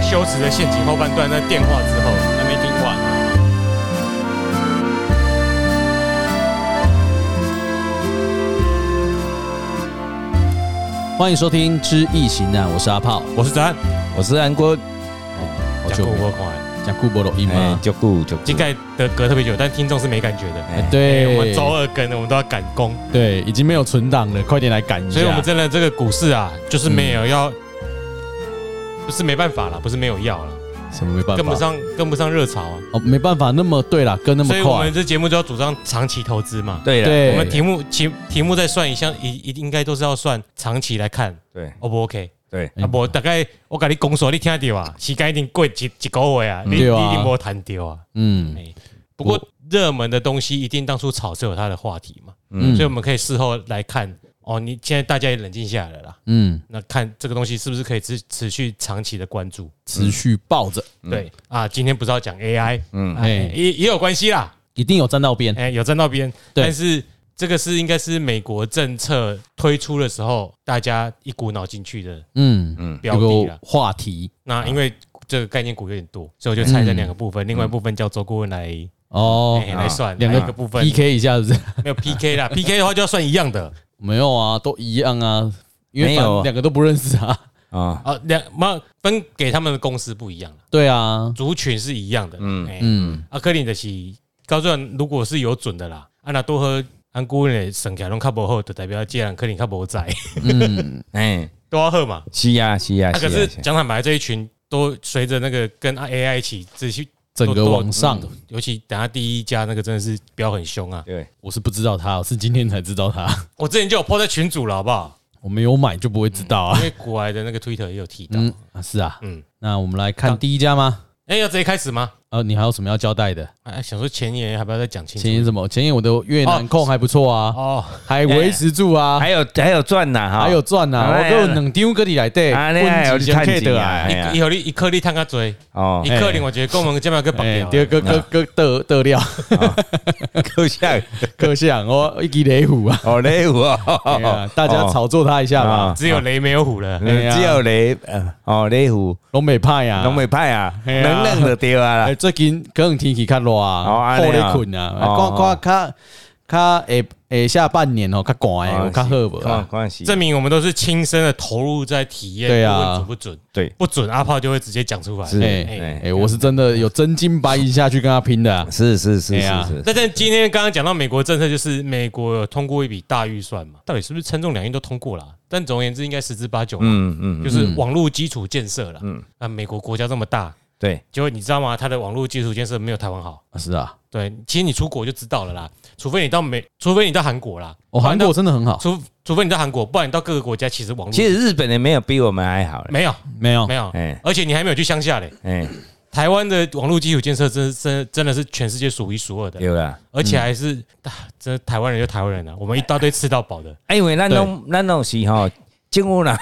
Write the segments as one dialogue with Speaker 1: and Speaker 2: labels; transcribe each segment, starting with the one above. Speaker 1: 羞耻的陷阱后半段那电话之后，
Speaker 2: 还没听完，
Speaker 3: 欢迎收听《知易行难》，我是阿炮，
Speaker 1: 我是子安，
Speaker 4: 我是安国，
Speaker 3: 好
Speaker 1: 讲
Speaker 3: 久
Speaker 1: 过
Speaker 3: 没
Speaker 1: 我看，
Speaker 3: 讲库波罗音
Speaker 4: 哎
Speaker 3: 吗，？
Speaker 4: 就顾就顾
Speaker 1: 今盖的隔特别久，但听众是没感觉的。
Speaker 4: 哎
Speaker 1: 哎，
Speaker 3: 对，
Speaker 1: 我们周二更，我们都要赶工，
Speaker 3: 对已经没有存档了，快点来赶一下。
Speaker 1: 所以我们真的这个股市啊，就是没
Speaker 3: 嗯
Speaker 1: 有要，不是没办法了，不是没有要了，
Speaker 3: 什么没办法，
Speaker 1: 跟不上跟不上热潮啊。
Speaker 3: 哦，没办法，那么对啦，跟那么
Speaker 1: 所以我
Speaker 3: 快哎
Speaker 1: 们，这节目就要主张长期投资嘛。
Speaker 4: 对了，
Speaker 3: 对，
Speaker 1: 我们题目题题目再算一下，一一定应该都是要算长期来看
Speaker 4: 对
Speaker 1: ，O 不 OK？
Speaker 4: 对，
Speaker 3: 嗯
Speaker 1: 啊，无大概我甲你讲说，你听得到啊？时间一定过一一个月啊，你你一
Speaker 3: 对啊
Speaker 1: 定无谈到啊。
Speaker 3: 嗯，
Speaker 1: 不过热门的东西一定当初炒是有它的话题嘛，
Speaker 3: 嗯
Speaker 1: 所以我们可以事后来看哦。你现在大家也冷静下来了啦，
Speaker 3: 嗯，
Speaker 1: 那看这个东西是不是可以持持续长期的关注？
Speaker 3: 持续抱着，
Speaker 1: 对啊，今天不是要讲 AI，
Speaker 4: 嗯，
Speaker 1: 哎，
Speaker 3: 嗯哎，
Speaker 1: 也也有关系啦，
Speaker 3: 一定有站到边，
Speaker 1: 哎，有站到边，
Speaker 3: 对
Speaker 1: 但是这个是应该是美国政策推出的时候，大家一股脑进去的
Speaker 3: 嗯，
Speaker 1: 标
Speaker 3: 有
Speaker 1: 的啊
Speaker 3: 个啊
Speaker 1: 啦。
Speaker 3: 话题
Speaker 1: 那因为这个概念股有点多，所以我就拆成两个部分，另外一部分叫周顾问来、
Speaker 3: 嗯哦，
Speaker 1: 哎来算，
Speaker 3: 两
Speaker 1: 两
Speaker 3: 个啊
Speaker 1: 个部分
Speaker 3: PK 一下是不 是？
Speaker 1: 没有 PK 啦，PK 的话就要算一样的
Speaker 3: 没有啊，都一样啊，因为
Speaker 4: 没有
Speaker 3: 反两个都不认识啊，
Speaker 4: 啊，
Speaker 1: 啊，两嘛分给他们的公司不一样啦
Speaker 3: 对啊，
Speaker 1: 族群是一样的，嗯嗯，
Speaker 3: 嗯，
Speaker 1: 阿克林的是高转如果是有准的啦，啊那多喝安顾问的省起来拢较无好，就代表这人可能较无在，
Speaker 4: 哎，
Speaker 1: 都要喝嘛。
Speaker 4: 是呀是呀
Speaker 1: 啊
Speaker 4: 是
Speaker 1: 可
Speaker 4: 呀
Speaker 1: 是
Speaker 4: 是呀，
Speaker 1: 讲坦白，这一群都随着那个跟 AI 一起仔细
Speaker 3: 整个往上，
Speaker 1: 尤其等下第一家那个真的是飙很凶啊！
Speaker 4: 对，
Speaker 3: 我是不知道他，我是今天才知道他，
Speaker 1: 我之前就有 PO 在群组了，好不好？
Speaker 3: 我没有买就不会知道啊
Speaker 1: 因。为古埃的那个 Twitter 也有提到。
Speaker 3: 嗯，啊是啊，
Speaker 1: 嗯，
Speaker 3: 那我们来看第一家吗？
Speaker 1: 哎，要直接开始吗？
Speaker 3: 呃，你还有什么要交代的？
Speaker 1: 哎，想说前言还不要再讲清
Speaker 3: 前言
Speaker 1: 楚
Speaker 3: 什么？前言我的越南控还不错啊，
Speaker 1: 哦。
Speaker 3: 还维持住啊，
Speaker 4: 还有还有赚呐哈，
Speaker 3: 还有赚啊，
Speaker 4: 哎
Speaker 3: 我都有两张搁你来对，
Speaker 4: 啊你还有
Speaker 3: 分几千
Speaker 4: 赚
Speaker 3: K
Speaker 4: 钱
Speaker 3: 的
Speaker 4: 啊
Speaker 3: 哎，
Speaker 4: 哎呀
Speaker 1: 一以后你一颗粒探个嘴，
Speaker 4: 哦
Speaker 1: 一，颗粒我觉得跟我们这边个绑
Speaker 3: 哎，
Speaker 1: 掉
Speaker 3: 第二
Speaker 1: 了。
Speaker 3: 个个个得得 料，
Speaker 4: 够像
Speaker 3: 可想哦，一记雷虎啊，
Speaker 4: 好雷 虎
Speaker 3: 哎呀
Speaker 4: 哦，
Speaker 3: 大家
Speaker 4: 哦
Speaker 3: 炒作他一下吧
Speaker 4: 啊，
Speaker 1: 只有雷没有虎
Speaker 4: 嗯
Speaker 1: 了。
Speaker 3: 哎呀
Speaker 4: 只有雷呃哦雷虎，
Speaker 3: 龙美派呀，
Speaker 4: 拢未歹啊，
Speaker 3: 哎呀
Speaker 4: 能弄就对啊
Speaker 3: 哎，
Speaker 4: 啦，
Speaker 3: 最近可能天气较热
Speaker 4: 哦
Speaker 3: 啊，
Speaker 4: 安
Speaker 3: 好
Speaker 4: 尼
Speaker 3: 咧
Speaker 4: 啊
Speaker 3: 困啊，
Speaker 4: 哦
Speaker 3: 看看较较下下下半年哦，较寒的有较好无
Speaker 4: 看
Speaker 3: 啊？
Speaker 4: 看是，哦
Speaker 1: 证明我们都是亲身的投入在体验，
Speaker 3: 对
Speaker 1: 不
Speaker 3: 啊
Speaker 1: 问准不准？
Speaker 4: 对，
Speaker 1: 不准阿炮就会直接讲出来。
Speaker 4: 是
Speaker 3: 哎
Speaker 4: 哎
Speaker 3: 哎，我是真的有真金白银下去跟他拼的啊，
Speaker 4: 是是是
Speaker 3: 哎
Speaker 4: 是
Speaker 3: 呀
Speaker 4: 是，
Speaker 1: 那但今天刚刚讲到美国政策，就是美国有通过一笔大预算嘛，到底是不是参众两院都通过了啊、但总而言之，应该十之八九，嗯，
Speaker 4: 嗯嗯，
Speaker 1: 就是网络基础建设了。嗯
Speaker 4: 嗯，
Speaker 1: 那美国国家这么大，
Speaker 4: 对，
Speaker 1: 结果你知道吗？它的网络基础建设没有台湾好。
Speaker 3: 啊是啊，
Speaker 1: 对，其实你出国就知道了啦，除非你到美，除非你到韩国啦，
Speaker 3: 哦，韩国真的很好，
Speaker 1: 除除非你到韩国，不然你到各个国家，其实
Speaker 3: 嗯
Speaker 1: 网络
Speaker 4: 其实日本人没有比我们还好嘞，
Speaker 1: 没有
Speaker 3: 没有
Speaker 1: 没有
Speaker 4: 哎，
Speaker 1: 而且你还没有去乡下嘞。
Speaker 4: 哎，
Speaker 1: 台湾的网络基础建设真真真的是全世界数一数二的，
Speaker 4: 有啦。
Speaker 1: 而且还是啊这台湾人就台湾人啊，我们一大堆吃到饱的。
Speaker 4: 啊因为咱拢咱拢是吼，政府 啦，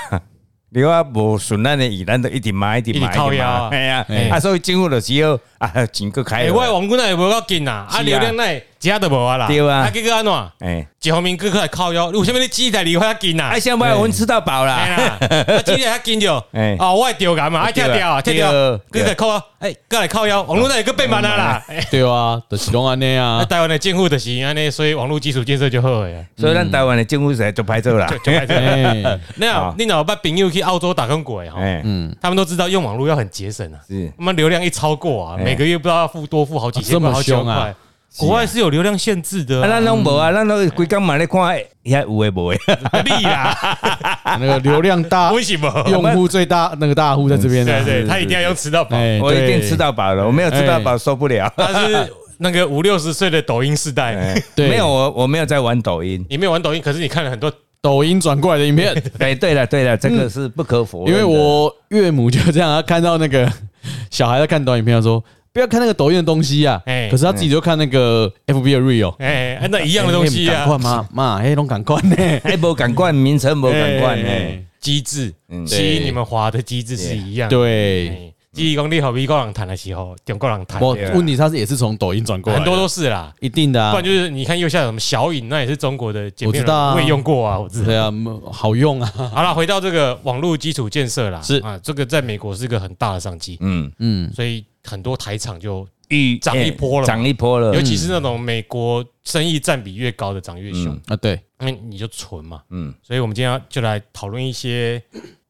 Speaker 4: 如果无顺咱的意，咱都一直买一直
Speaker 1: 一
Speaker 4: 买
Speaker 1: 直靠腰啊
Speaker 4: 哎呀
Speaker 3: 哎，
Speaker 4: 啊，所以政府就是要啊，钱个开
Speaker 1: 哎，
Speaker 4: 了
Speaker 1: 我的网络那也无够紧呐，啊
Speaker 4: 是啊
Speaker 1: 流量那也其他都无啊啦。
Speaker 4: 对啊
Speaker 1: 啊结果安怎？
Speaker 4: 哎，
Speaker 1: 一方面个个来靠腰，为什么你机台离我遐紧呐
Speaker 4: 啊，？现在我们吃到饱
Speaker 1: 哎
Speaker 4: 啦，
Speaker 1: 啦，啊机台遐紧着，
Speaker 4: 哎
Speaker 1: 哦，我会掉感嘛，啊跳掉啊跳
Speaker 4: 对
Speaker 1: 掉，个
Speaker 4: 对
Speaker 1: 来靠腰，哎个来靠腰，网络那也个被满啊啦。哎
Speaker 3: 对啊，就是拢安尼
Speaker 1: 啊
Speaker 3: 啊，
Speaker 1: 台湾的政府就是安尼，所以网络基础建设就好诶。
Speaker 4: 所以咱台湾的政府实在就歹做啦，
Speaker 3: 哎，
Speaker 1: 那
Speaker 4: 好
Speaker 1: 你老捌朋友去澳洲打工过诶吼，
Speaker 4: 哎，
Speaker 1: 他们都知道用网络要很节省啊。
Speaker 4: 是
Speaker 1: 他妈流量一超过啊，
Speaker 4: 哎
Speaker 1: 每个月不知道要付多付好几千块、
Speaker 3: 啊这么
Speaker 1: 好几万
Speaker 3: 凶啊
Speaker 1: 块。国外是有流量限制的
Speaker 4: 啊，
Speaker 1: 啊，
Speaker 4: 咱拢无啊，咱拢规工嘛咧看，遐有诶无诶，
Speaker 1: 力啦，
Speaker 3: 那个流量 大，
Speaker 1: 为什么？
Speaker 3: 啊用户最大那个大户在这边
Speaker 1: 对
Speaker 3: 呢，
Speaker 1: 对，他一定要用吃到饱。
Speaker 3: 哎，
Speaker 4: 我一定吃
Speaker 3: 到，
Speaker 4: 到饱了，我没有吃到饱受不了。
Speaker 1: 他是那个五六十岁的抖音世代，
Speaker 4: 哎
Speaker 3: 对
Speaker 4: 没有我我没有在玩抖音。
Speaker 1: 你没有玩抖音，可是你看了很多。
Speaker 3: 抖音转过来的影片，
Speaker 4: 哎，对了对了，这个是不可否认
Speaker 3: 因
Speaker 4: 的。
Speaker 3: 为我岳母就这样，她看到那个 小孩在看短影片，她说不要看那个抖音的东西呀，
Speaker 1: 哎
Speaker 3: 可是她自己就看那个 FB 的 Real
Speaker 1: 哎，那一样的东西啊
Speaker 3: 赶，快妈妈，哎，拢赶快 呢，
Speaker 4: 还无敢冠名称，无敢冠哎。
Speaker 1: 机制
Speaker 4: 嗯
Speaker 1: 吸引你们滑的机制是一样。，
Speaker 3: 对，
Speaker 1: 一公里好，美国人谈的时候，中国人谈，
Speaker 3: 我
Speaker 4: 对啊
Speaker 3: 问题他是也是从抖音转过来
Speaker 1: 很
Speaker 3: 的，
Speaker 1: 多都是啦。
Speaker 3: 一定的
Speaker 1: 不
Speaker 3: 啊
Speaker 1: 然，就是你看右下角什么小影，那也是中国的剪片
Speaker 3: 我知道啊
Speaker 1: 软体我也用过啊，我知道。
Speaker 3: 对啊，嗯好用啊，
Speaker 1: 好了，回到这个网络基础建设啦，
Speaker 3: 是
Speaker 1: 啊，这个在美国是个很大的商机，
Speaker 4: 嗯，
Speaker 3: 嗯，
Speaker 1: 所以很多台厂就，
Speaker 4: 一
Speaker 1: 涨一波了
Speaker 4: 涨一波
Speaker 1: 尤
Speaker 3: 嗯
Speaker 4: 了，
Speaker 1: 其是那种美国生意占比越高的涨越凶
Speaker 4: 嗯，
Speaker 3: 啊对，
Speaker 1: 因为你就存嘛。
Speaker 4: 嗯
Speaker 1: 所以我们今天就来讨论一些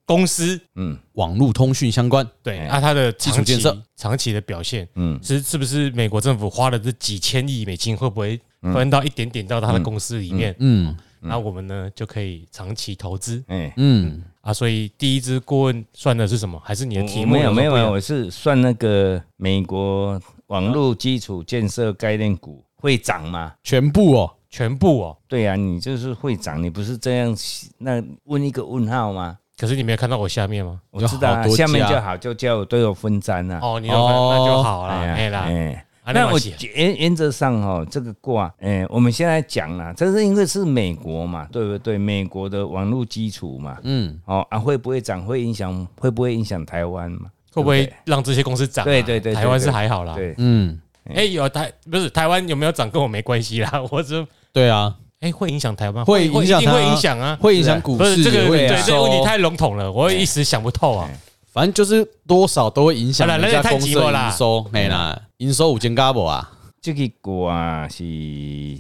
Speaker 1: 公司
Speaker 4: 嗯
Speaker 3: 网络通讯相关，
Speaker 1: 对
Speaker 4: 哎
Speaker 1: 啊它的
Speaker 3: 基础建设
Speaker 1: 长期长期的表现，
Speaker 4: 嗯，
Speaker 1: 是是不是美国政府花了这几千亿美金，会不会
Speaker 4: 嗯
Speaker 1: 分到一点点到他的公司里面？
Speaker 3: 嗯
Speaker 1: 那我们呢就可以长期投资
Speaker 4: 哎，
Speaker 3: 嗯，
Speaker 1: 啊。所以第一支顾问算的是什么？还是你的题目
Speaker 4: 没有没有没有，
Speaker 1: 有
Speaker 4: 我是算那个美国网络基础建设概念股会涨吗？
Speaker 3: 全部哦，
Speaker 1: 全部哦。
Speaker 4: 对呀、你就是会涨，你不是这样那问一个问号吗？
Speaker 1: 可是你没有看到我下面吗？
Speaker 4: 我知道、
Speaker 3: 有
Speaker 4: 啊，
Speaker 3: 好多
Speaker 4: 下面
Speaker 3: 家
Speaker 4: 就好，就叫我都有分赃啊。
Speaker 1: 哦，你有看，那就好啦，哎啦，
Speaker 4: 哎
Speaker 1: 啊
Speaker 4: 那我
Speaker 1: 你嘛是
Speaker 4: 原原则上哦，这个卦，哎、我们现在讲啦，这是因为是美国嘛，对不对？美国的网络基础嘛，
Speaker 3: 嗯，
Speaker 4: 哦啊，会不会涨？会影响，会不会影响台湾嘛？
Speaker 1: 会不会让这些公司涨啊？
Speaker 4: 对对对对
Speaker 1: 台湾是还好啦。
Speaker 4: 对，
Speaker 3: 嗯，
Speaker 1: 哎，有台不是台湾有没有涨跟我没关系啦， 我只
Speaker 3: 对啊，
Speaker 1: 哎会影响台湾，
Speaker 3: 会影响
Speaker 1: 一定会
Speaker 3: 它啊
Speaker 1: 影响啊。
Speaker 3: 会影响股
Speaker 1: 不是
Speaker 3: 市，
Speaker 1: 这个
Speaker 3: 也会
Speaker 1: 对
Speaker 3: 影响
Speaker 1: 这个问题
Speaker 3: 收哎
Speaker 1: 太笼统了，我一时想不透啊。
Speaker 3: 反正就是多少都会影响
Speaker 1: 好啦
Speaker 3: 人
Speaker 1: 那
Speaker 3: 家
Speaker 1: 你太
Speaker 3: 公司
Speaker 1: 寂寞
Speaker 3: 的
Speaker 1: 啦哎
Speaker 3: 营收，没啦，营收五千嘎不啊，
Speaker 4: 这个卦是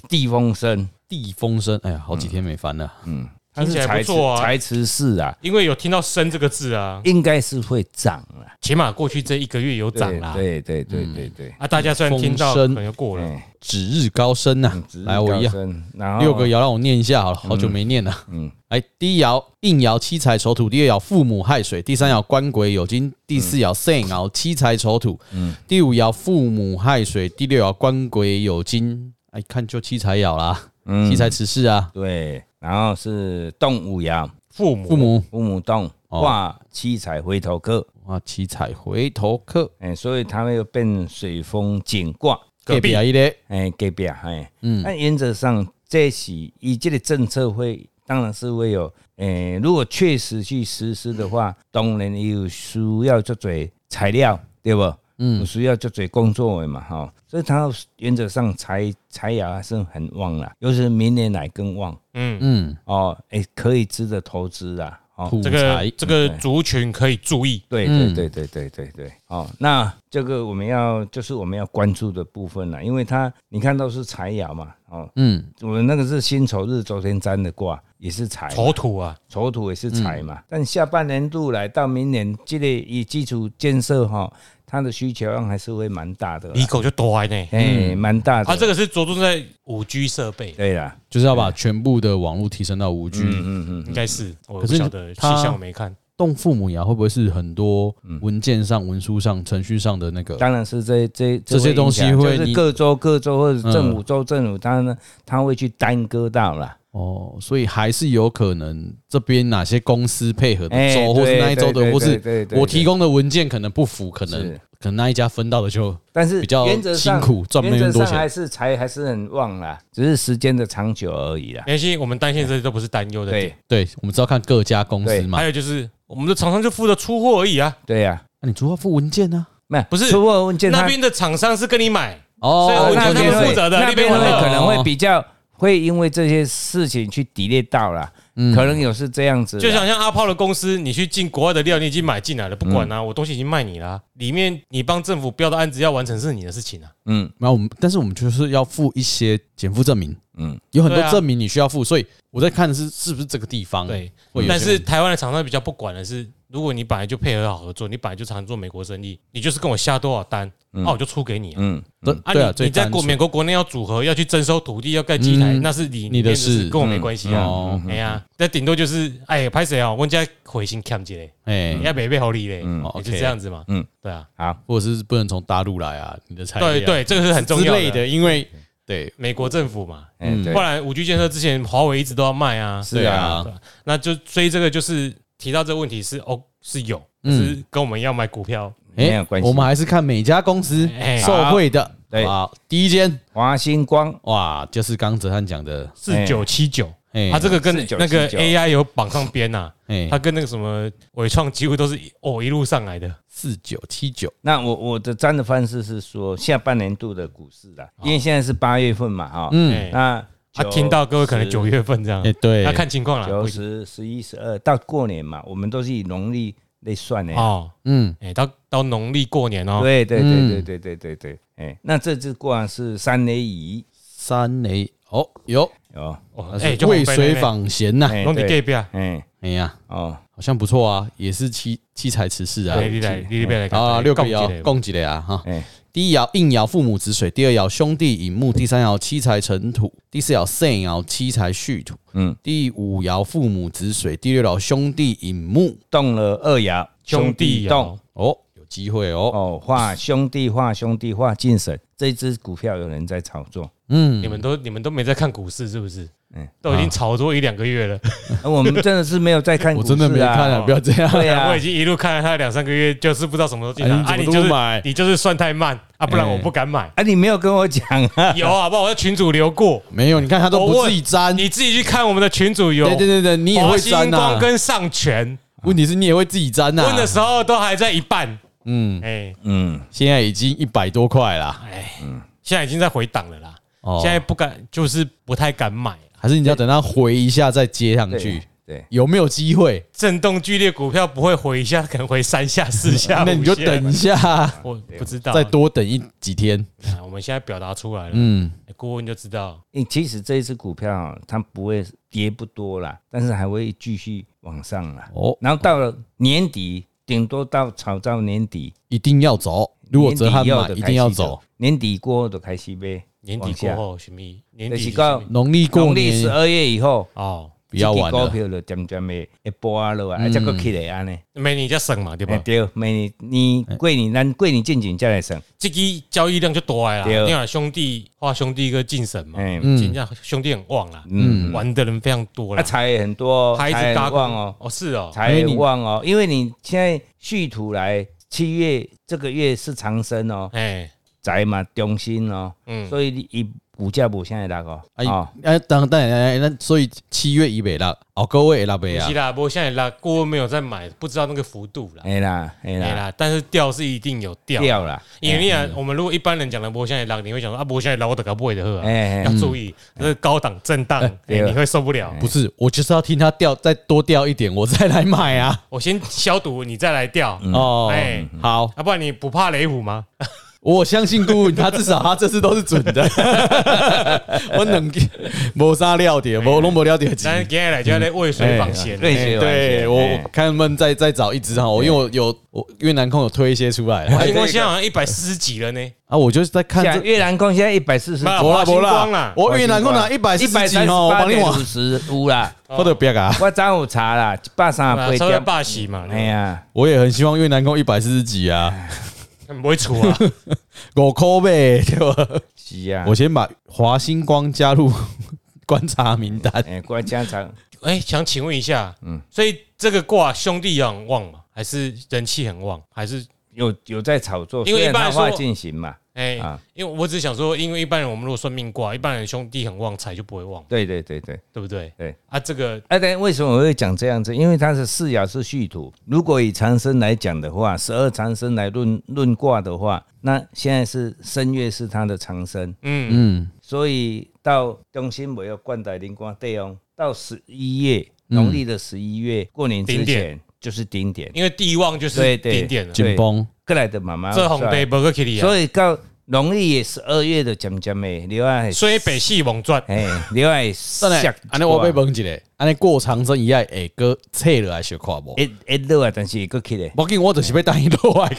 Speaker 4: 地风生，
Speaker 3: 地风声，哎呀，好几天没翻了，
Speaker 4: 嗯，它
Speaker 1: 听
Speaker 4: 是
Speaker 1: 起来
Speaker 4: 财
Speaker 1: 不
Speaker 4: 池
Speaker 1: 错啊
Speaker 4: 财池市啊，
Speaker 1: 因为有听到“升”这个字啊，
Speaker 4: 应该是会涨啦，
Speaker 1: 起码过去这一个月有
Speaker 4: 对
Speaker 1: 涨啦。
Speaker 4: 对对对对对。
Speaker 1: 啊，大家虽然听到
Speaker 3: 风
Speaker 1: 可
Speaker 3: 声
Speaker 1: 能就过了，
Speaker 4: 哎
Speaker 3: 指日高升
Speaker 1: 嗯
Speaker 3: 呐
Speaker 4: 嗯指，日
Speaker 3: 来我
Speaker 4: 高
Speaker 3: 一样。
Speaker 4: 升然后
Speaker 3: 六个爻让我念一下好了，好久没念了。
Speaker 4: 嗯
Speaker 3: 嗯，来第一爻应爻七财丑土，第二爻父母亥水，第三爻官鬼酉金，第四爻肾爻七财丑土，
Speaker 1: 嗯
Speaker 3: 第五爻父母亥水，第六爻官鬼酉金。哎，看就七财爻啦，
Speaker 4: 嗯
Speaker 3: 七财持世啊，
Speaker 4: 对，然后是动五爻，
Speaker 1: 父母
Speaker 3: 父母
Speaker 4: 父母动
Speaker 3: 哦
Speaker 4: 化七彩回头客，
Speaker 3: 啊，七财回头客，
Speaker 4: 哎、所以它会变水风景卦，
Speaker 1: 隔壁
Speaker 3: 啊一嘞，
Speaker 4: 哎、隔壁哎、嗯，那原则上这是以这个政策会，当然是会有，哎、如果确实去实施的话，当然也有需要做做材料，对不？嗯，需要做做工作的嘛，哈，所以它原则上财财爻还是很旺啦，尤其是明年来更旺
Speaker 1: 嗯，
Speaker 3: 嗯，
Speaker 4: 哦，哎、可以值得投资啦，哦，
Speaker 3: 土
Speaker 1: 这个
Speaker 3: 财，
Speaker 1: 这个族群可以注意。
Speaker 4: 对对
Speaker 3: 嗯
Speaker 4: 对对对对对，哦，那这个我们要就是我们要关注的部分了，因为它你看到是财爻嘛，哦，
Speaker 3: 嗯，
Speaker 4: 我们那个是辛丑日昨天占的卦，也是财，
Speaker 1: 丑土啊，
Speaker 4: 丑土也是
Speaker 3: 嗯
Speaker 4: 财嘛，但下半年度来到明年，这个以基础建设哈、它的需求量还是会蛮大的啦，
Speaker 1: 离口就多呢。
Speaker 4: 哎，
Speaker 3: 嗯
Speaker 4: 蛮大的，
Speaker 1: 啊，这个是着重在五 G 设备，
Speaker 4: 对啦，
Speaker 3: 就是要把全部的网络提升到五 G。
Speaker 4: 嗯嗯
Speaker 1: 应
Speaker 4: 嗯，
Speaker 1: 该是我
Speaker 3: 可
Speaker 1: 不
Speaker 3: 是
Speaker 1: 晓得，细
Speaker 3: 它
Speaker 1: 项我没看。
Speaker 3: 动父母爻会不会是很多
Speaker 4: 嗯
Speaker 3: 文件上、文书上、程序上的那个？
Speaker 4: 当然是这这
Speaker 3: 这些东西
Speaker 4: 影响
Speaker 3: 会嗯
Speaker 4: 就是
Speaker 3: 你
Speaker 4: 各州各州或者政府州政府，当然它会去耽搁到了。
Speaker 3: 哦，所以还是有可能这边哪些公司配合的
Speaker 4: 哎
Speaker 3: 州，
Speaker 4: 对
Speaker 3: 或是那一州
Speaker 4: 对
Speaker 3: 的，或
Speaker 4: 对对
Speaker 3: 是
Speaker 4: 对对
Speaker 3: 我提供的文件可能不符，可能
Speaker 4: 是
Speaker 3: 可能那一家分到的就
Speaker 4: 但是
Speaker 3: 比较
Speaker 4: 原则上
Speaker 3: 辛苦赚不了
Speaker 4: 原
Speaker 3: 那么
Speaker 4: 则
Speaker 3: 多
Speaker 4: 上
Speaker 3: 钱
Speaker 4: 还是财还是很旺啦，只是时间的长久而已啦。
Speaker 1: 没关系，我们担心的这些都不是担忧的
Speaker 4: 对
Speaker 1: 点。
Speaker 3: 对，我们知道看各家公司
Speaker 4: 对
Speaker 3: 嘛
Speaker 1: 还。有就是，我们的厂商就负责出货而已啊。
Speaker 4: 对呀、
Speaker 3: 那你主要付文件呢？
Speaker 4: 没有
Speaker 1: 不是
Speaker 4: 出货文件
Speaker 1: 那
Speaker 4: 他，
Speaker 1: 边的厂商是跟你买，所以
Speaker 3: 哦
Speaker 1: 我，觉
Speaker 4: 啊那
Speaker 1: 得他
Speaker 4: 边
Speaker 1: 们
Speaker 4: 会
Speaker 1: 负责的
Speaker 4: 那边
Speaker 1: 那边
Speaker 4: 会
Speaker 1: 会
Speaker 4: 可能会比较会因为这些事情去抵赖到啦，
Speaker 3: 嗯
Speaker 4: 可能有是这样
Speaker 3: 啊
Speaker 4: 子啦。
Speaker 1: 就想像阿炮的公司，你去进国外的料，你已经买进来了，不
Speaker 3: 嗯
Speaker 1: 管啊，我东西已经卖你啦、里面你帮政府标的案子要完成是你的事情啊，
Speaker 4: 嗯
Speaker 3: 那我们但是我们就是要付一些减负证明，
Speaker 4: 嗯，
Speaker 3: 有很多
Speaker 1: 对啊
Speaker 3: 证明你需要付，所以我在看的是是不是这个地方
Speaker 1: 对。
Speaker 3: 嗯会有一些
Speaker 1: 但是
Speaker 3: 问题
Speaker 1: 台湾的厂商比较不管的是，如果你本来就配合好合作，你本来就常做美国生意，你就是跟我下多少单，那、我就出给你啊。
Speaker 4: 嗯
Speaker 3: 对
Speaker 1: 啊
Speaker 3: 对啊，
Speaker 1: 你
Speaker 3: 最
Speaker 1: 你在
Speaker 3: 单
Speaker 1: 国
Speaker 3: 纯嗯
Speaker 1: 美国国内要组合，要去征收土地，要盖机台，那是你
Speaker 3: 你的
Speaker 1: 面
Speaker 3: 事
Speaker 1: 跟我没关系
Speaker 4: 嗯
Speaker 1: 啊。
Speaker 3: 哦
Speaker 1: 哎呀，那顶多就是哎，拍谁啊？我们家回信看起嘞，
Speaker 3: 哎
Speaker 1: 人，家没被合理嘞，
Speaker 3: 哦
Speaker 1: 也
Speaker 3: OK
Speaker 1: 是这样子嘛。
Speaker 4: 嗯
Speaker 1: 嗯，对啊，
Speaker 4: 好，
Speaker 3: 或者是不能从大陆来啊，你的产业
Speaker 1: 对
Speaker 3: 啊
Speaker 1: 对，这个是很重要
Speaker 3: 之类的，因为对
Speaker 1: 美国政府嘛，
Speaker 4: 哎、
Speaker 3: 嗯
Speaker 4: 对
Speaker 1: 不然五 G 建设之前，华为一直都要卖啊，
Speaker 4: 是啊，
Speaker 1: 对啊那就所以这个就是提到这个问题是哦是有，可是跟我们要买股票，
Speaker 3: 诶
Speaker 4: 没有关系
Speaker 3: 哎我们还是看每家公司
Speaker 1: 哎
Speaker 3: 受惠的。
Speaker 4: 对
Speaker 3: 好，第一间
Speaker 4: 华星光
Speaker 3: 哇，就是刚泽汉讲的，
Speaker 1: 四九七九，啊
Speaker 3: 哎
Speaker 1: 它这个跟
Speaker 4: 49
Speaker 1: 那个
Speaker 4: 49
Speaker 1: AI 有绑上边呐，
Speaker 3: 哎
Speaker 1: 它跟那个什么伟创几乎都是一哦一路上来的。
Speaker 3: 四九七九，
Speaker 4: 那我我的占的方式是说下半年度的股市啦，因为现在是八月份嘛，哈，
Speaker 3: 嗯，
Speaker 1: 哎，
Speaker 4: 那
Speaker 1: 他
Speaker 4: 啊九
Speaker 1: 听到各位可能九月份这样
Speaker 3: 哎，对，
Speaker 1: 那看情况啦。
Speaker 4: 九
Speaker 1: 不一定
Speaker 4: 十十一十二到过年嘛，我们都是以农历来算的。
Speaker 1: 哦，
Speaker 3: 嗯
Speaker 1: 哎，到到农历过年哦，
Speaker 4: 对对
Speaker 3: 嗯
Speaker 4: 对对对对对对，哎，那这只果然是三雷乙
Speaker 3: 三雷哦有，
Speaker 4: 哦，
Speaker 1: 哦
Speaker 3: 它
Speaker 1: 哎，
Speaker 3: 啊是
Speaker 1: 就红
Speaker 3: 渭
Speaker 1: 飞
Speaker 3: 水
Speaker 1: 了呢，
Speaker 3: 访贤呐，
Speaker 4: 哎
Speaker 1: 弄你
Speaker 4: 对
Speaker 1: gay 啊，
Speaker 4: 哎
Speaker 3: 哎呀，
Speaker 4: 哦，
Speaker 3: 好像不错啊，也是七七彩池氏啊
Speaker 1: 哎，，你来你来来
Speaker 3: 好啊，六个爻
Speaker 1: 一下
Speaker 3: 共几类啊哈。
Speaker 4: 哎
Speaker 3: 第一爻应爻父母子水，第二爻兄弟引木，第三爻七财成土，第四爻肾爻七财戌土，
Speaker 4: 嗯，
Speaker 3: 第五爻父母子水，第六爻兄弟引木。
Speaker 4: 动了二爻，
Speaker 1: 兄弟
Speaker 4: 动
Speaker 1: 哦，
Speaker 3: 哦，有机会哦。
Speaker 4: 哦，化兄弟化兄弟化精神，这只股票有人在炒作，
Speaker 3: 嗯，
Speaker 1: 你们都你们都没在看股市是不是？
Speaker 4: 嗯
Speaker 1: 都已经炒作一两个 月了，
Speaker 4: 而啊我们真的是没有在看股
Speaker 3: 我
Speaker 4: 市啊，
Speaker 3: 真的没看
Speaker 1: 哦
Speaker 3: 啊，不要这 样。
Speaker 4: 对 啊
Speaker 1: 我已，经一路看了他两三个月，就是不知道什么时候进场。
Speaker 3: 哎
Speaker 1: 啊，你
Speaker 3: 你
Speaker 1: 就
Speaker 3: 怎么都不
Speaker 1: 是
Speaker 3: 买嗯
Speaker 1: 你就是算太慢啊，不然我不敢买。
Speaker 4: 啊，你没有跟我讲啊，
Speaker 1: 有啊，不然我在群主留过，
Speaker 3: 没有，你看他都不自己粘。
Speaker 1: 你自己去看我们的群主有。
Speaker 3: 嗯对对对对，你也
Speaker 1: 华
Speaker 3: 会啊
Speaker 1: 星
Speaker 3: 粘
Speaker 1: 光
Speaker 3: 呐。
Speaker 1: 跟上权
Speaker 3: 问题是你也会自己粘呐
Speaker 1: 问。的时候都还在一半，
Speaker 3: 啊嗯，
Speaker 1: 哎
Speaker 4: 嗯，
Speaker 3: 现在已经一百多块啦。
Speaker 1: 哎，现在已经在回档了啦，
Speaker 3: 哦，
Speaker 1: 现在不敢，就是不太敢买。啊
Speaker 3: 还是你要等他回一下再接上
Speaker 4: 对
Speaker 3: 去，
Speaker 4: 对，
Speaker 3: 有没有机会？
Speaker 1: 震动剧烈，股票不会回一下，可能回三下、四下。
Speaker 3: 那你就
Speaker 1: 五下
Speaker 3: 等一，下，
Speaker 1: 我不知道。
Speaker 3: 再多等一几天。
Speaker 1: 哎，我们现在表达出来了，
Speaker 3: 嗯，
Speaker 1: 哎顾问就知道。
Speaker 4: 因为其实这一只股票它不会跌不多啦，但是还会继续往上啦。
Speaker 3: 哦，
Speaker 4: 然后到了年底，顶多到炒到年底，
Speaker 3: 一定要走。如果折汉
Speaker 4: 年底
Speaker 3: 买，
Speaker 4: 就
Speaker 3: 一
Speaker 4: 开始
Speaker 3: 定要走。，
Speaker 4: 年底过后就开始呗，
Speaker 1: 年底
Speaker 4: 往
Speaker 1: 过
Speaker 4: 下，
Speaker 1: 后，什么？年
Speaker 4: 就
Speaker 1: 底
Speaker 4: 是到
Speaker 3: 农历过
Speaker 4: 农历十
Speaker 3: 年
Speaker 4: 二月以后，
Speaker 1: 哦，
Speaker 3: 不要玩
Speaker 4: 这支股
Speaker 3: 了，嗯
Speaker 4: 票就渐渐的会波落啊，再个起来安尼。
Speaker 1: 每年在省嘛，对
Speaker 4: 哎
Speaker 1: 吧？
Speaker 4: 对，每年你过年咱过年进前再来算，
Speaker 1: 这个交易量就多啦。
Speaker 4: 对
Speaker 1: 你看兄弟化兄弟一个精神嘛，
Speaker 4: 哎，
Speaker 1: 今天兄弟很旺啦，
Speaker 4: 嗯，
Speaker 1: 玩的人非常多
Speaker 4: 啊
Speaker 1: 啦，
Speaker 3: 哎
Speaker 4: 财也很多哦，
Speaker 1: 他一
Speaker 4: 财
Speaker 1: 直
Speaker 4: 也
Speaker 1: 嘎
Speaker 4: 很旺哦，
Speaker 1: 哦，是哦，
Speaker 4: 财也很旺哦，因为你现在续土来七月这个月是长生哦，
Speaker 1: 哎，
Speaker 4: 财嘛中心哦，
Speaker 1: 嗯，
Speaker 4: 所以你以股价无现在那个
Speaker 3: 哎
Speaker 4: 哦，
Speaker 3: 哎，等等，哎，那所以七月以北啦，哦，各位啦北
Speaker 1: 不
Speaker 3: 啊
Speaker 1: 是，啦，不过现在啦，顾问没有在买，不知道那个幅度啦，
Speaker 4: 哎啦哎
Speaker 1: 哎
Speaker 4: 啦嗯
Speaker 1: 啦，但是掉是一定有掉，
Speaker 4: 掉啦，哎
Speaker 1: 因为你看我们如果一般人讲的波现在拉，你会想说啊，波现在拉我得搞不会的喝，啊
Speaker 4: 哎
Speaker 1: 要注意这个高档震荡，哎
Speaker 4: 对了
Speaker 1: 你会受不了。
Speaker 3: 不是，我就是要听他掉，再多掉一点，我再来买啊。
Speaker 1: 我先消毒，你再来掉，
Speaker 4: 嗯
Speaker 3: 哦，
Speaker 1: 哎，
Speaker 3: 好，
Speaker 1: 要不然你不怕雷虎吗？
Speaker 4: 啊
Speaker 3: 我相信顾问他至少他这次都是准的， 我能没啥料点，我拢没料点
Speaker 1: 咱今天来就要来喂水放血，
Speaker 4: 哎对哎
Speaker 3: 哎对我我看能不能再再找一只哈，我因为我有我越南控有推一些出来
Speaker 1: 华星光现在好像一百四十几了呢，
Speaker 3: 啊，我就是在看
Speaker 4: 像
Speaker 3: 这
Speaker 4: 越南哎空现在一百四十，
Speaker 1: 没有
Speaker 3: 没啦
Speaker 1: 华星
Speaker 3: 没
Speaker 1: 光啦
Speaker 3: 我越南控拿一百
Speaker 4: 一
Speaker 3: 四
Speaker 4: 百
Speaker 3: 十几
Speaker 4: 三十
Speaker 3: 哦，我
Speaker 4: 八
Speaker 3: 帮你
Speaker 4: 点五
Speaker 3: 往
Speaker 4: 十五啦。
Speaker 3: 我的别啊，
Speaker 4: 我早有查啦，一百三
Speaker 1: 啊
Speaker 4: 十
Speaker 1: 稍
Speaker 4: 八
Speaker 1: 微
Speaker 4: 点，
Speaker 1: 霸气嘛，
Speaker 4: 哎呀，
Speaker 3: 我也很希望越南控一百四十几啊，
Speaker 1: 不会出 啊，
Speaker 3: 五扣呗，对吧？
Speaker 4: 是啊，
Speaker 3: 我先把华星光加入观察名单，
Speaker 4: 哎，我家常
Speaker 1: 哎、想请问一下，嗯
Speaker 4: 嗯，
Speaker 1: 所以这个卦兄弟要很旺嘛，还是人气很旺，还是
Speaker 4: 有有在炒作，
Speaker 1: 因为一般来
Speaker 4: 它
Speaker 1: 说
Speaker 4: 化进行嘛，
Speaker 1: 哎、
Speaker 4: 啊
Speaker 1: 因为我只想说，因为一般人我们如果算命卦，一般人兄弟很旺，财就不会旺，
Speaker 4: 对对对对。
Speaker 1: 对不对？
Speaker 4: 对
Speaker 1: 啊，这个
Speaker 4: 哎，但为什么我会讲这样子？因为它是四爻是续土，如果以长生来讲的话，十二长生来论论卦的话，那现在是申月是它的长生，
Speaker 1: 嗯，
Speaker 3: 嗯，
Speaker 4: 所以到中心我要冠带灵光对哦，到十一月农历的十一月过年之
Speaker 1: 顶点
Speaker 4: 前就是顶点，
Speaker 1: 因为地旺就是
Speaker 4: 对对
Speaker 1: 顶点了，
Speaker 3: 紧绷，
Speaker 4: 过来的妈妈
Speaker 1: 这红杯伯克克利啊，
Speaker 4: 所以到农历十二月的渐渐的，你爱
Speaker 1: 所以北系猛转，
Speaker 4: 哎，你爱
Speaker 3: 真
Speaker 4: 下
Speaker 3: 的，安尼我被崩一下，安尼过长征一下，哎哥撤了来小看无，
Speaker 4: 一一路啊，但是会过去嘞，
Speaker 3: 我紧我就是被答应落来，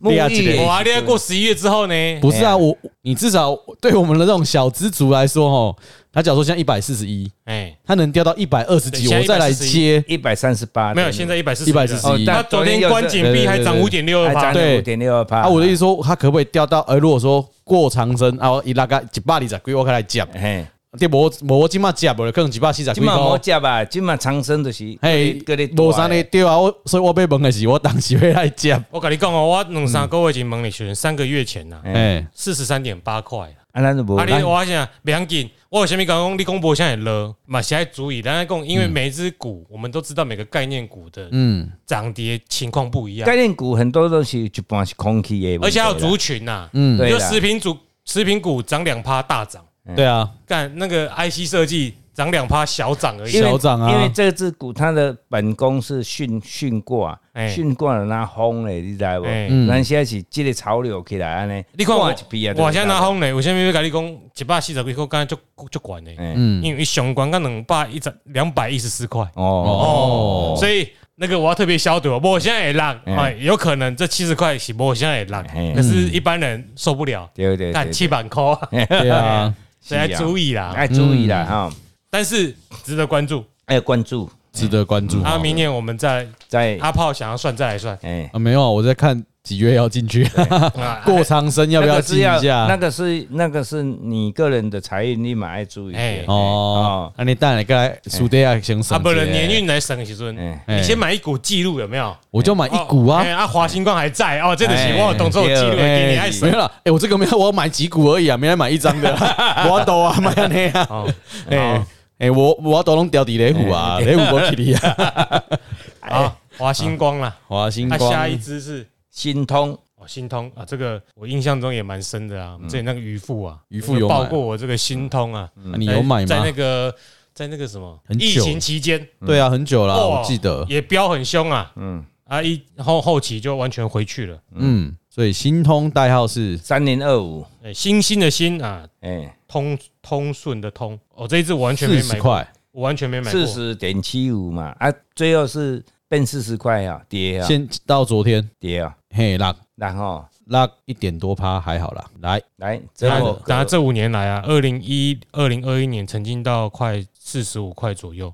Speaker 4: 沐浴
Speaker 3: 第二一个
Speaker 1: 我还要过十一月之后呢，
Speaker 3: 不是啊，我你至少对我们的这种小资族来说，哦，他假如说现在一百四十一，
Speaker 1: 哎、
Speaker 3: 他能掉到一百二十几，
Speaker 1: 对现在
Speaker 3: 我再来接，
Speaker 4: 一百三十八
Speaker 1: 没有，现在一百四十，
Speaker 3: 141
Speaker 4: 哦
Speaker 1: 他
Speaker 4: 但
Speaker 1: 昨天
Speaker 4: 又是
Speaker 1: 关紧闭还涨五
Speaker 3: 对
Speaker 1: 点六二
Speaker 4: 还
Speaker 1: 趴
Speaker 4: 涨，
Speaker 3: 对
Speaker 4: 五点六二趴
Speaker 3: 啊，我的意思说，他可不可以掉到？呃，如果说过长征，啊，我一拉个一百二十几，我开来接，
Speaker 4: 嘿，
Speaker 3: 对，无无即马接，无可能一百四十几
Speaker 4: 今嘛无
Speaker 3: 箍。
Speaker 4: 接吧，今嘛长生就是，
Speaker 3: 嘿
Speaker 4: 各咧，
Speaker 3: 无啥咧，对啊，我所以我被问的是，我当时会来接，
Speaker 1: 我跟你讲哦，我两三个月前问你选三个月前呐、
Speaker 4: 嗯
Speaker 3: 哎，
Speaker 1: 四十三点八块。
Speaker 4: 啊，咱就无
Speaker 1: 啊，，你我想不要紧，我有前面刚刚你公博现在了，嘛现在足以，但是讲因为每一只股，我们都知道每个概念股的
Speaker 3: 嗯，
Speaker 1: 涨跌情况不一样，
Speaker 4: 概念股很多都是一般是空气的问题啦，
Speaker 1: 而且还有族群呐、
Speaker 3: 嗯
Speaker 1: 你
Speaker 4: 对
Speaker 1: 说
Speaker 4: 啦
Speaker 1: 食品组食品股涨两趴大涨，
Speaker 3: 对啊，
Speaker 1: 干那个 IC 设计涨两趴小涨而已
Speaker 4: 因，为
Speaker 3: 小涨啊
Speaker 4: 因为这只股它的本宫是训训挂
Speaker 1: 哎，
Speaker 4: 训挂了拿轰嘞，你知道不？
Speaker 1: 哎
Speaker 3: 嗯
Speaker 4: 咱现在是这个潮流起来安尼，
Speaker 1: 你看
Speaker 4: 挂
Speaker 1: 我
Speaker 4: 一批啊，，
Speaker 1: 我现在拿红嘞，我现在要跟你讲一百四十几块，刚才就就管嘞，
Speaker 4: 哎，
Speaker 3: 嗯，
Speaker 1: 因为上关刚两百一十两百一十四块。
Speaker 4: 哦，
Speaker 3: 哦，
Speaker 1: 所以那个我要特别消毒，啊我现在也浪，
Speaker 4: 嗯
Speaker 1: 哎，有可能这七十块洗我现在也浪，
Speaker 4: 嗯
Speaker 1: 可是一般人受不了，
Speaker 4: 对对
Speaker 1: 看
Speaker 4: 对，
Speaker 1: 七百块，
Speaker 3: 对啊，
Speaker 1: 所以还
Speaker 4: 意，
Speaker 1: 足以啦。
Speaker 4: 要注意
Speaker 3: 嗯
Speaker 4: 啦哈，
Speaker 1: 但是值得关注，
Speaker 4: 要关注
Speaker 3: 值得关
Speaker 4: 嗯
Speaker 3: 注
Speaker 1: 啊，明年我们再
Speaker 4: 在
Speaker 1: 阿炮想要算再来算
Speaker 4: 哎，
Speaker 3: 啊，没有啊，我在看几月要进去，
Speaker 1: 啊，
Speaker 3: 过长生要不
Speaker 4: 那
Speaker 3: 要
Speaker 4: 个是
Speaker 3: 进一
Speaker 4: 那
Speaker 3: 下？
Speaker 4: 个是那个是你个人的财运，你嘛要注意一
Speaker 1: 哎
Speaker 4: 点
Speaker 3: 哦，那你带来个苏迪亚先
Speaker 1: 啊，
Speaker 3: 生，
Speaker 1: 不能年运来省时阵，
Speaker 4: 哎
Speaker 3: 哎
Speaker 1: 你先买一股记录有没有？
Speaker 3: 我就买
Speaker 1: 哦
Speaker 3: 一股啊
Speaker 1: 哎，啊，华星光还在哦，这个是
Speaker 4: 哎
Speaker 1: 我有动作记录，给你爱
Speaker 3: 没
Speaker 1: 死
Speaker 3: 有了，哎、我这个没有，我要买几股而已啊，没来买一张的啦， 我抖啊，买那样啊，
Speaker 1: 哦
Speaker 3: 哎、哎我我抖拢掉底雷虎
Speaker 1: 哎
Speaker 3: 啊，雷虎我起你啊，
Speaker 1: 啊， 华星光啦，
Speaker 3: 华哎星
Speaker 1: 那
Speaker 3: 光，
Speaker 1: 下一只是
Speaker 4: 心通
Speaker 1: 哦，新通啊，这个我印象中也蛮深的啊。我们之前那个渔夫啊，
Speaker 3: 嗯渔夫有买
Speaker 1: 报过我这个新通啊，
Speaker 3: 啊你有买吗？
Speaker 1: 在那个在那个什么
Speaker 3: 很久
Speaker 1: 疫情期间，
Speaker 3: 对啊，很久了，
Speaker 1: 哦
Speaker 3: 我记得，
Speaker 1: 也飙很凶啊，
Speaker 4: 嗯
Speaker 1: 嗯啊一后后期就完全回去了。
Speaker 3: 嗯，所以新通代号是
Speaker 4: 三零二五，
Speaker 1: 哎，新兴的新啊，
Speaker 4: 哎，
Speaker 1: 通通顺的通，哦，这一只我完全
Speaker 3: 四
Speaker 1: 没
Speaker 3: 十
Speaker 1: 买过，
Speaker 3: 块，
Speaker 1: 我完全没买过
Speaker 4: 四。十点七五嘛，啊，最后是变四十块啊，跌啊，
Speaker 3: 先到昨天，
Speaker 4: 跌啊，
Speaker 3: 嘿，拉
Speaker 4: 然后
Speaker 3: 拉一点多趴还好啦，来，
Speaker 4: 来，最
Speaker 1: 然
Speaker 4: 后
Speaker 1: 后，然后这五年来啊，二零一二零二一年曾经到快四十五块左右，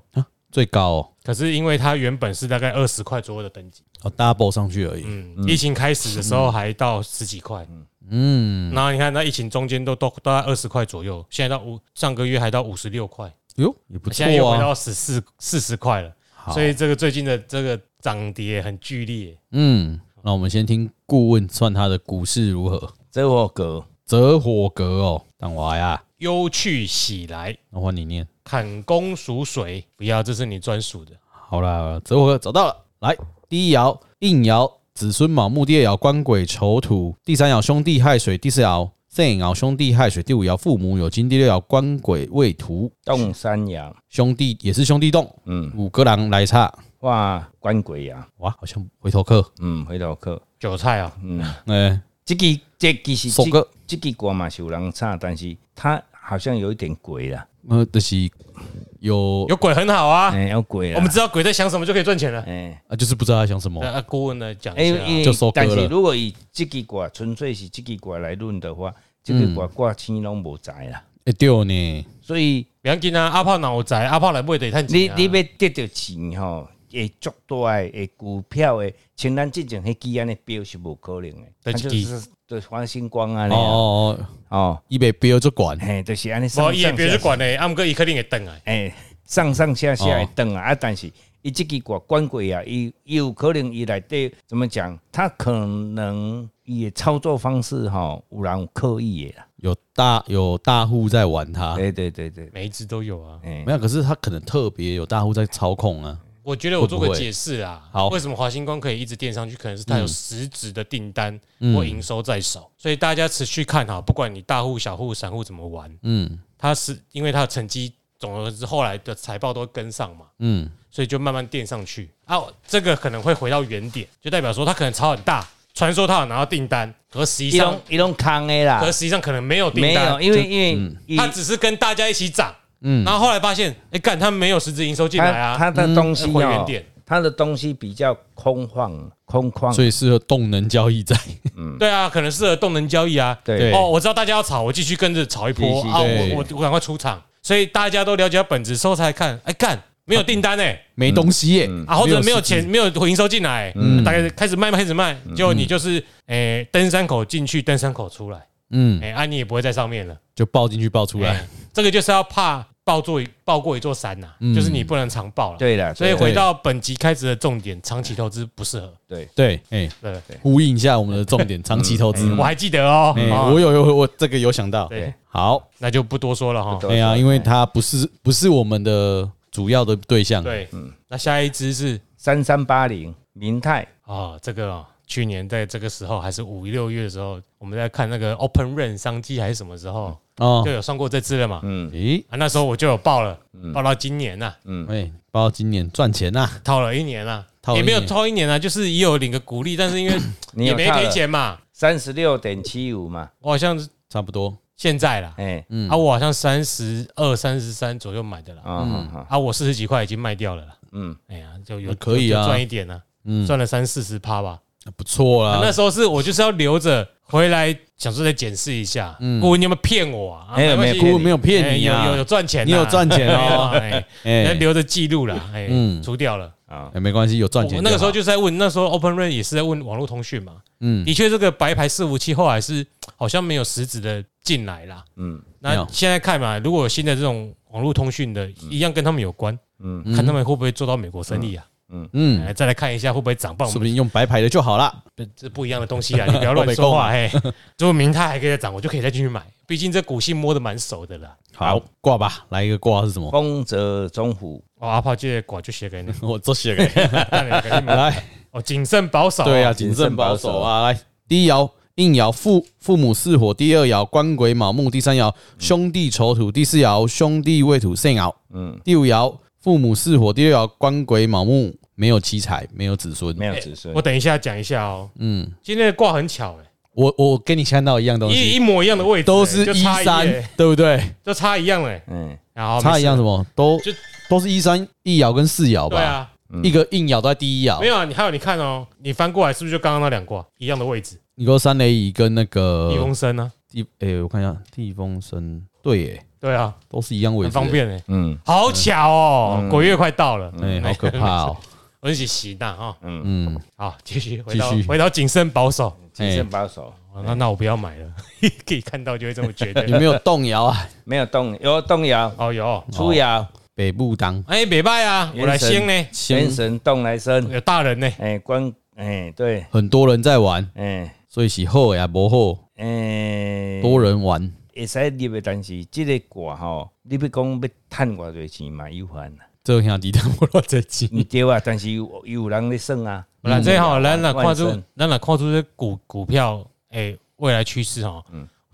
Speaker 3: 最高哦
Speaker 1: 可是因为它原本是大概二十块左右的等级。
Speaker 3: 哦，double 上去而已，
Speaker 1: 嗯，疫情开始的时候还到十几块，
Speaker 3: 嗯，
Speaker 1: 然后你看那疫情中间都都都在二十块左右，现在到五上个月还到五十六块，
Speaker 3: 哟，也不
Speaker 1: 现在又
Speaker 3: 错
Speaker 1: 回
Speaker 3: 啊，
Speaker 1: 到十四四十块了，
Speaker 3: 好
Speaker 1: 所以这个最近的这个涨跌很剧烈。
Speaker 3: 嗯，那我们先听顾问算他的股市如何。
Speaker 4: 最后哥。
Speaker 3: 折火格哦，等我呀，
Speaker 1: 忧去喜来，
Speaker 3: 那换你念。
Speaker 1: 砍工属水，不要，这是你专属的。
Speaker 3: 好啦，好啦折火格找到了。来，第一爻应爻子孙卯木，第二爻官鬼丑土，第三爻兄弟亥水，第四爻正爻兄弟亥水，第五爻父母有金，第六爻官鬼未土，
Speaker 4: 动山羊，
Speaker 3: 兄弟也是兄弟洞，
Speaker 4: 嗯，
Speaker 3: 五个狼来差。
Speaker 4: 哇，官鬼羊，
Speaker 3: 哇，好像回头客，
Speaker 4: 嗯，回头客，
Speaker 1: 韭菜啊，
Speaker 4: 嗯，
Speaker 3: 哎、
Speaker 4: 这个这其实
Speaker 3: 首歌
Speaker 4: 这这个歌嘛是有人唱，但是它好像有一点鬼啦，
Speaker 3: 呃，就是有
Speaker 1: 有鬼很好啊，
Speaker 4: 哎，有鬼啦，
Speaker 1: 我们知道鬼在想什么就可以赚钱了。
Speaker 4: 哎，
Speaker 3: 啊，就是不知道他想什么
Speaker 1: 那。啊顾问呢讲
Speaker 4: 哎，
Speaker 1: 一
Speaker 4: 因
Speaker 1: 下啊，
Speaker 4: 为
Speaker 3: 就收割
Speaker 4: 但是
Speaker 3: 了
Speaker 4: 如果以这个歌纯粹是这个歌来论的话，这个歌挂青拢无在啦，
Speaker 3: 哎、对呢，
Speaker 4: 所以
Speaker 1: 不要紧啊，阿炮脑宅，阿炮来买得探
Speaker 4: 你
Speaker 1: 钱啊。
Speaker 4: 你要得到钱吼。会足大诶，会股票诶，像咱之前迄支安尼标是无可能诶，
Speaker 1: 哪
Speaker 4: 它
Speaker 1: 一支
Speaker 4: 就是对黄星光安尼
Speaker 3: 哦
Speaker 4: 啊，
Speaker 3: 哦哦，
Speaker 4: 哦，
Speaker 3: 一被标就管，
Speaker 4: 嘿，就是安尼上
Speaker 1: 无
Speaker 4: 上
Speaker 1: 伊也别
Speaker 4: 下
Speaker 1: 去
Speaker 4: 下
Speaker 1: 管嘞，阿姆哥伊肯定会等啊。
Speaker 4: 诶、上上下下
Speaker 3: 哦
Speaker 4: 的等啊，啊，但是伊即支歌管过啊，伊伊有可能伊内底怎么讲，他可能伊的操作方式吼、有人有刻意的啦。
Speaker 3: 有大有大户在玩
Speaker 1: 啊
Speaker 3: 他。
Speaker 4: 对对对对，
Speaker 1: 每一只都有啊。
Speaker 4: 诶、
Speaker 3: 没有，可是他可能特别有大户在操控啊。
Speaker 1: 我觉得我做
Speaker 3: 会
Speaker 1: 个
Speaker 3: 不会
Speaker 1: 解释啦。
Speaker 3: 好
Speaker 1: 为什么华星光可以一直垫上去？可能是它有实质的订单
Speaker 4: 嗯
Speaker 1: 或营收在手，所以大家持续看好，不管你大户、小户、散户怎么玩，
Speaker 3: 嗯
Speaker 1: 它是因为它的成绩总而之后来的财报都会跟上嘛，
Speaker 3: 嗯，
Speaker 1: 所以就慢慢垫上去啊。这个可能会回到原点，就代表说它可能炒很大，传说它有拿到订单，可实际
Speaker 4: 伊
Speaker 1: 上
Speaker 4: 拢伊拢空的啦
Speaker 1: 可，实际上可能没有订
Speaker 4: 啊没有，
Speaker 1: 单，
Speaker 4: 因为因为伊
Speaker 1: 它只是跟大家一起涨。嗯，然后后来发现，哎，干，它没有实质营收进来
Speaker 4: 他
Speaker 1: 啊，
Speaker 4: 他的东西
Speaker 1: 回原
Speaker 4: 哦、
Speaker 1: 点。
Speaker 4: 他的东西比较空旷空旷
Speaker 3: 所，以适合动能交易在。
Speaker 1: 对啊，可能适合动能交易啊。
Speaker 4: 对
Speaker 3: 对
Speaker 1: 哦，我知道大家要炒，我继续跟着炒一波
Speaker 4: 继续
Speaker 1: 啊，
Speaker 3: 对
Speaker 1: 我我我赶快出场，所以大家都了解到本质，收才看，哎干。没有订单哎、
Speaker 3: 没东西耶、
Speaker 1: 啊，或者没有
Speaker 3: 实质
Speaker 1: 钱，，没有营收进来、
Speaker 3: 嗯
Speaker 1: 大概开始卖，开始卖，结果你就是哎、登山口进去，登山口出来，
Speaker 3: 嗯，
Speaker 1: 哎、啊，你也不会在上面了，
Speaker 3: 就抱进去抱出来。
Speaker 1: 哎这个就是要怕抱做一抱过一座山呐、
Speaker 3: 嗯
Speaker 1: 就是你不能常抱了。，
Speaker 4: 对了，
Speaker 1: 所以
Speaker 4: 啊对啦
Speaker 1: 回到本集开始的重点，长期投资不适合。
Speaker 4: 对
Speaker 3: 对，哎，
Speaker 1: 对，
Speaker 3: 呼应一下我们的重点，长期投资
Speaker 1: 我。还记得哦。
Speaker 3: 哎，
Speaker 1: 哦
Speaker 3: 嗯我有有我这个有想到。
Speaker 1: 对，
Speaker 3: 好，
Speaker 1: 那就不多说了哈。
Speaker 3: 哎呀，因为它不是不是我们的主要的对象。，
Speaker 1: 对，那下一支是
Speaker 4: 三三八零明泰，
Speaker 1: 啊，这个哦去年在这个时候还是五六月的时候，我们在看那个 Open Run 商机还是什么时候，
Speaker 3: 哦
Speaker 1: 就，有上过这支了嘛。
Speaker 4: 嗯
Speaker 3: 诶，
Speaker 1: 啊，那时候我就有报了，报到今年呐、
Speaker 4: 嗯，
Speaker 3: 哎，包括今年赚钱呐，
Speaker 1: 套了一年啊
Speaker 3: 套，了一
Speaker 1: 也
Speaker 3: 年
Speaker 1: 没有套一年啊，就是也有领个股利，但是因为
Speaker 4: 你
Speaker 1: 也
Speaker 4: 有
Speaker 1: 没
Speaker 4: 看
Speaker 1: 赔
Speaker 4: 了
Speaker 1: 钱嘛，
Speaker 4: 三十六点七五嘛，
Speaker 1: 我好像是
Speaker 3: 差不多。
Speaker 1: 现在啦，
Speaker 4: 哎，
Speaker 3: 嗯
Speaker 1: 啊，我好像三十二、三十三左右买的啦，
Speaker 4: 啊好，
Speaker 1: 啊，我四十几块已经卖掉了啦，
Speaker 4: 嗯，
Speaker 1: 哎呀，就有
Speaker 3: 可以啊
Speaker 1: 就赚一点呢，
Speaker 3: 嗯，
Speaker 1: 赚了三四十趴吧。
Speaker 3: 不错
Speaker 1: 啊
Speaker 3: 啦
Speaker 1: 那。时候是我就是要留着回来，想说再检视一下，顾问你有没有骗我啊？啊
Speaker 4: 没有
Speaker 1: 关系
Speaker 4: 没
Speaker 3: 嗯顾问没有骗
Speaker 1: 哎
Speaker 3: 你
Speaker 1: 有有
Speaker 3: 啊
Speaker 1: 有，赚钱啊，
Speaker 3: 你有赚钱哦
Speaker 1: 哎呀，哎
Speaker 3: 哎，
Speaker 1: 留着记录啦，哎
Speaker 3: 嗯，
Speaker 1: 除掉了。
Speaker 4: 啊，
Speaker 3: 哎没关系，有赚钱
Speaker 1: 我
Speaker 3: 好。
Speaker 1: 那个时候就是在问，那时候 Open Run 也是在问网络通讯嘛，
Speaker 3: 嗯，
Speaker 1: 的确，这个白牌伺服器后来是好像没有实质的进来啦。
Speaker 4: 嗯
Speaker 3: 没
Speaker 1: 那
Speaker 3: 有
Speaker 1: 现在看嘛，如果有新的这种网络通讯的，一样跟他们有关，
Speaker 4: 嗯
Speaker 1: 看他们会不会做到美国生意啊？
Speaker 3: 嗯，
Speaker 1: 哎，再来看一下会不会涨爆，
Speaker 3: 说不定用白牌的就好啦。
Speaker 1: 这这不一样的东西啊！ 你不要乱说话，嘿。如果明泰还可以再涨，我就可以再进去买，毕竟这股性摸得蛮熟的啦。
Speaker 3: 好，挂吧，来一个挂是什么？
Speaker 4: 丰泽中虎，
Speaker 1: 哦，阿炮这寡就写给你，
Speaker 3: 我做写给
Speaker 1: 那你赶紧买
Speaker 3: 来，
Speaker 1: 哦，谨慎保守。
Speaker 3: 对啊，
Speaker 1: 啊，
Speaker 3: 谨慎保守啊，来第一爻。应爻父父母巳火，第二爻官鬼卯木，第三爻兄弟丑土，第四爻兄弟未土肾爻，
Speaker 4: 嗯，
Speaker 3: 第五爻父母巳火，第六爻官鬼卯木，没有七财，没有子孙。
Speaker 4: 没有子孙
Speaker 1: 哎我，等一下讲一下哦。
Speaker 3: 嗯，
Speaker 1: 今天的卦很巧哎，
Speaker 3: 我我跟你看到一样东
Speaker 1: 一一
Speaker 3: 西，
Speaker 1: 模一样的位置欸，
Speaker 3: 都是
Speaker 1: 就
Speaker 3: 一
Speaker 1: 差
Speaker 3: 三
Speaker 1: 页，
Speaker 3: 对不对？
Speaker 1: 就差一样哎。
Speaker 4: 嗯
Speaker 1: 然后
Speaker 3: 差一样什么？都
Speaker 1: 就
Speaker 3: 都是一三一爻跟四爻
Speaker 1: 对
Speaker 3: 吧，
Speaker 1: 啊，
Speaker 3: 一个应爻都在第一爻
Speaker 1: 没。有啊，你还有你看哦，你翻过来是不是就刚刚那两卦一样的位置？
Speaker 3: 你说三雷乙跟那个
Speaker 1: 逆风生啊，
Speaker 3: 地，哎，我看一下地风生，对耶，
Speaker 1: 对啊，
Speaker 3: 都是一样位
Speaker 1: 很
Speaker 3: 置，嗯
Speaker 1: 方。便哎，
Speaker 4: 嗯
Speaker 1: 好巧哦，鬼月快到了，
Speaker 3: 哎，好可怕哦。
Speaker 1: 我一起洗纳哈。
Speaker 3: 嗯，
Speaker 1: 好，继续回到
Speaker 3: 继续
Speaker 1: 回到谨慎保守，
Speaker 4: 谨慎嗯保守，
Speaker 1: 哦那那我不要买了， 可以看到就会这么觉
Speaker 3: 有
Speaker 1: 得。
Speaker 3: 没有动摇啊？
Speaker 4: 没有动，有动摇，
Speaker 1: 哦有，
Speaker 4: 出爻，
Speaker 3: 北部当
Speaker 1: 哎，北拜啊，我来先呢，
Speaker 4: 元神动来生，
Speaker 1: 有大人呢，
Speaker 4: 哎，关，哎，对，
Speaker 3: 很多人在玩，
Speaker 4: 哎，
Speaker 3: 所以是后呀，不后
Speaker 4: 哎，
Speaker 3: 多人玩，
Speaker 4: 会使入的，但是即个卦吼，你要讲要趁偌侪钱嘛，有限啦。
Speaker 3: 这兄弟他我落在 进。
Speaker 4: 毋对啊， 但是有有人咧算啊。
Speaker 1: 本来这好，咱俩看
Speaker 4: 万
Speaker 1: 出
Speaker 4: 胜，
Speaker 1: 咱俩看出这股股票，哎，未来趋势哦，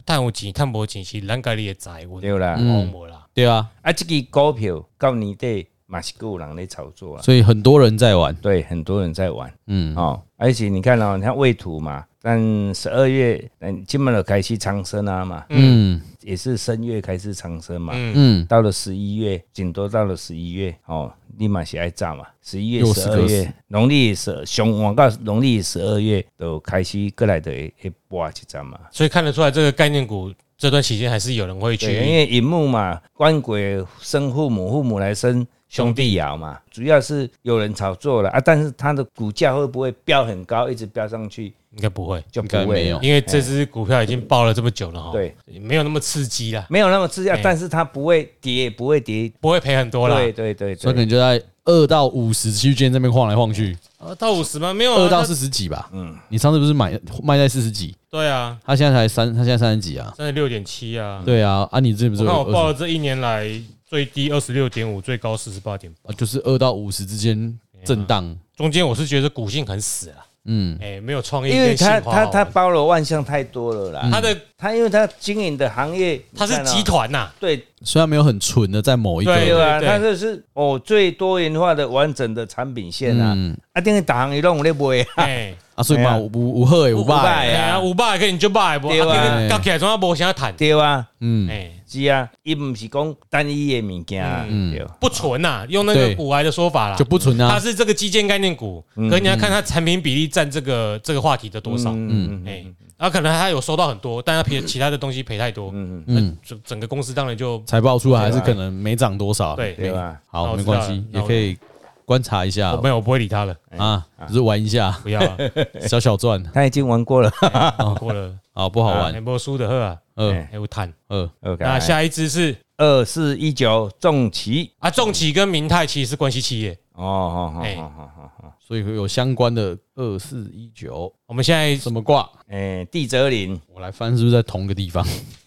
Speaker 1: 探有钱探无钱是咱家己的财务，
Speaker 4: 嗯对啦。
Speaker 1: 哦无啦。
Speaker 3: 对啊，
Speaker 4: 啊，即支股票到年底嘛是还有人咧炒作啊。
Speaker 3: 所以很多人在玩。
Speaker 4: 对，很多人在玩
Speaker 3: 嗯，
Speaker 4: 哦，而且你看哦，你看未土嘛，但十二月嗯，今麦就开始长生啊嘛，
Speaker 3: 嗯
Speaker 4: 也是生月开始长生嘛。
Speaker 1: 嗯
Speaker 3: 嗯，
Speaker 4: 到了十一月，顶多到了十一月哦，立马是爱炸嘛。十一月、
Speaker 3: 又是
Speaker 4: 十二
Speaker 3: 个死
Speaker 4: 月，农历十上往到农历十二月都开始过来的会会播一阵嘛。
Speaker 1: 所以看得出来，这个概念股这段期间还是有人会
Speaker 4: 对，因
Speaker 1: 去
Speaker 4: 为寅木嘛，官鬼生父母，父母来生兄弟爻嘛，主要是有人炒作了啊，但是它的股价会不会飙很高，一直飙上去
Speaker 1: 应该不会，
Speaker 4: 就不
Speaker 3: 应该没
Speaker 4: 会
Speaker 3: 有
Speaker 4: 了，
Speaker 1: 因为这只股票已经爆了这么久了哈，
Speaker 4: 对，
Speaker 1: 没有那么刺激啦，
Speaker 4: 没有那么自价
Speaker 1: 哎，
Speaker 4: 但是它不会跌，不会跌。
Speaker 1: 不会赔很多啦。
Speaker 4: 对对对
Speaker 3: 所以可
Speaker 4: 对，
Speaker 3: 能就在二到五十区间这边晃来晃去，
Speaker 1: 啊，到五十吗？没有啊
Speaker 3: 二到
Speaker 1: 那
Speaker 3: 四十几吧。嗯，你上次不是买卖在四十几，
Speaker 1: 对啊，
Speaker 3: 他现在才三，他现在三十几啊？
Speaker 1: 三十六点七啊。
Speaker 3: 对啊，啊，你这不是
Speaker 1: 我看我
Speaker 3: 有
Speaker 1: 报
Speaker 3: 二
Speaker 1: 了这一年来最低二十六点五，最高四十八点八，
Speaker 3: 十，啊就是二到五十之间震荡。
Speaker 1: 中间我是觉得股性很死啊，
Speaker 3: 嗯，
Speaker 1: 哎，没有创意
Speaker 4: 因
Speaker 1: 跟
Speaker 4: 为
Speaker 1: 新
Speaker 4: 它
Speaker 1: 花
Speaker 4: 它
Speaker 1: 好
Speaker 4: 它
Speaker 1: 玩。
Speaker 4: 包罗万象太多了啦。
Speaker 1: 它的
Speaker 4: 它因为它经营的行业，
Speaker 1: 嗯它是
Speaker 4: 你看哦
Speaker 1: 集团呐，
Speaker 4: 对
Speaker 3: 虽然没有很纯的在某一
Speaker 1: 对
Speaker 3: 个，
Speaker 4: 对啊，
Speaker 1: 对
Speaker 4: 它就是哦最多元化的完整的产品线啊。
Speaker 3: 嗯
Speaker 4: 啊，等于打行一弄咧卖啊，
Speaker 1: 哎，
Speaker 3: 啊，所以嘛，
Speaker 4: 哎呀
Speaker 3: 五五五赫五
Speaker 4: 百
Speaker 3: 霸，
Speaker 4: 哎
Speaker 1: 哎
Speaker 4: 呀
Speaker 1: 呀，五百跟你就百不，
Speaker 4: 对啊
Speaker 1: 啊，刚起来总要无啥谈，
Speaker 4: 对啊，
Speaker 3: 嗯，
Speaker 1: 哎，
Speaker 4: 是啊，伊毋是讲单一的物件啊，对
Speaker 1: 不纯呐，用那个
Speaker 3: 对
Speaker 1: 古癌的说法啦，
Speaker 3: 就不纯
Speaker 1: 它
Speaker 3: 啊。嗯
Speaker 1: 是这个基建概念股，可你要看它产品比例占这个这个话题的多少，
Speaker 4: 嗯嗯嗯
Speaker 1: 哎，然后可能它有收到很多，但它赔其他的东西赔太多，
Speaker 4: 嗯，
Speaker 1: 嗯，整整个公司当然就
Speaker 3: 财报出来还是可能没涨多少，
Speaker 1: 对
Speaker 4: 对啊吧？
Speaker 1: 那
Speaker 3: 好，
Speaker 1: 我
Speaker 3: 没
Speaker 1: 知道
Speaker 3: 关
Speaker 1: 了
Speaker 3: 系，
Speaker 1: 那
Speaker 3: 也
Speaker 1: 我
Speaker 3: 可以观察一下
Speaker 1: 我没有我不会理它了，
Speaker 3: 啊，
Speaker 4: 哎
Speaker 3: 只是玩一下，
Speaker 1: 不要啊了，
Speaker 3: 小小赚
Speaker 4: 他已经玩过了
Speaker 1: 哎好过了，
Speaker 3: 啊，不好
Speaker 1: 哎
Speaker 3: 玩。
Speaker 1: 不输的喝啊，
Speaker 3: 二
Speaker 4: 哎
Speaker 1: 哎我谈。
Speaker 3: 二
Speaker 4: ，OK，
Speaker 1: 那下一只是
Speaker 4: 二四一九重旗。
Speaker 1: 啊，重企跟明泰其实是关系企业。
Speaker 4: 哦哦哦
Speaker 1: 哎
Speaker 4: 哦哦哦哦，
Speaker 3: 所以有相关的二四一九
Speaker 1: 我们现在
Speaker 3: 什么卦？
Speaker 4: 哎，地泽林，
Speaker 3: 我来翻是不是在同个地 方？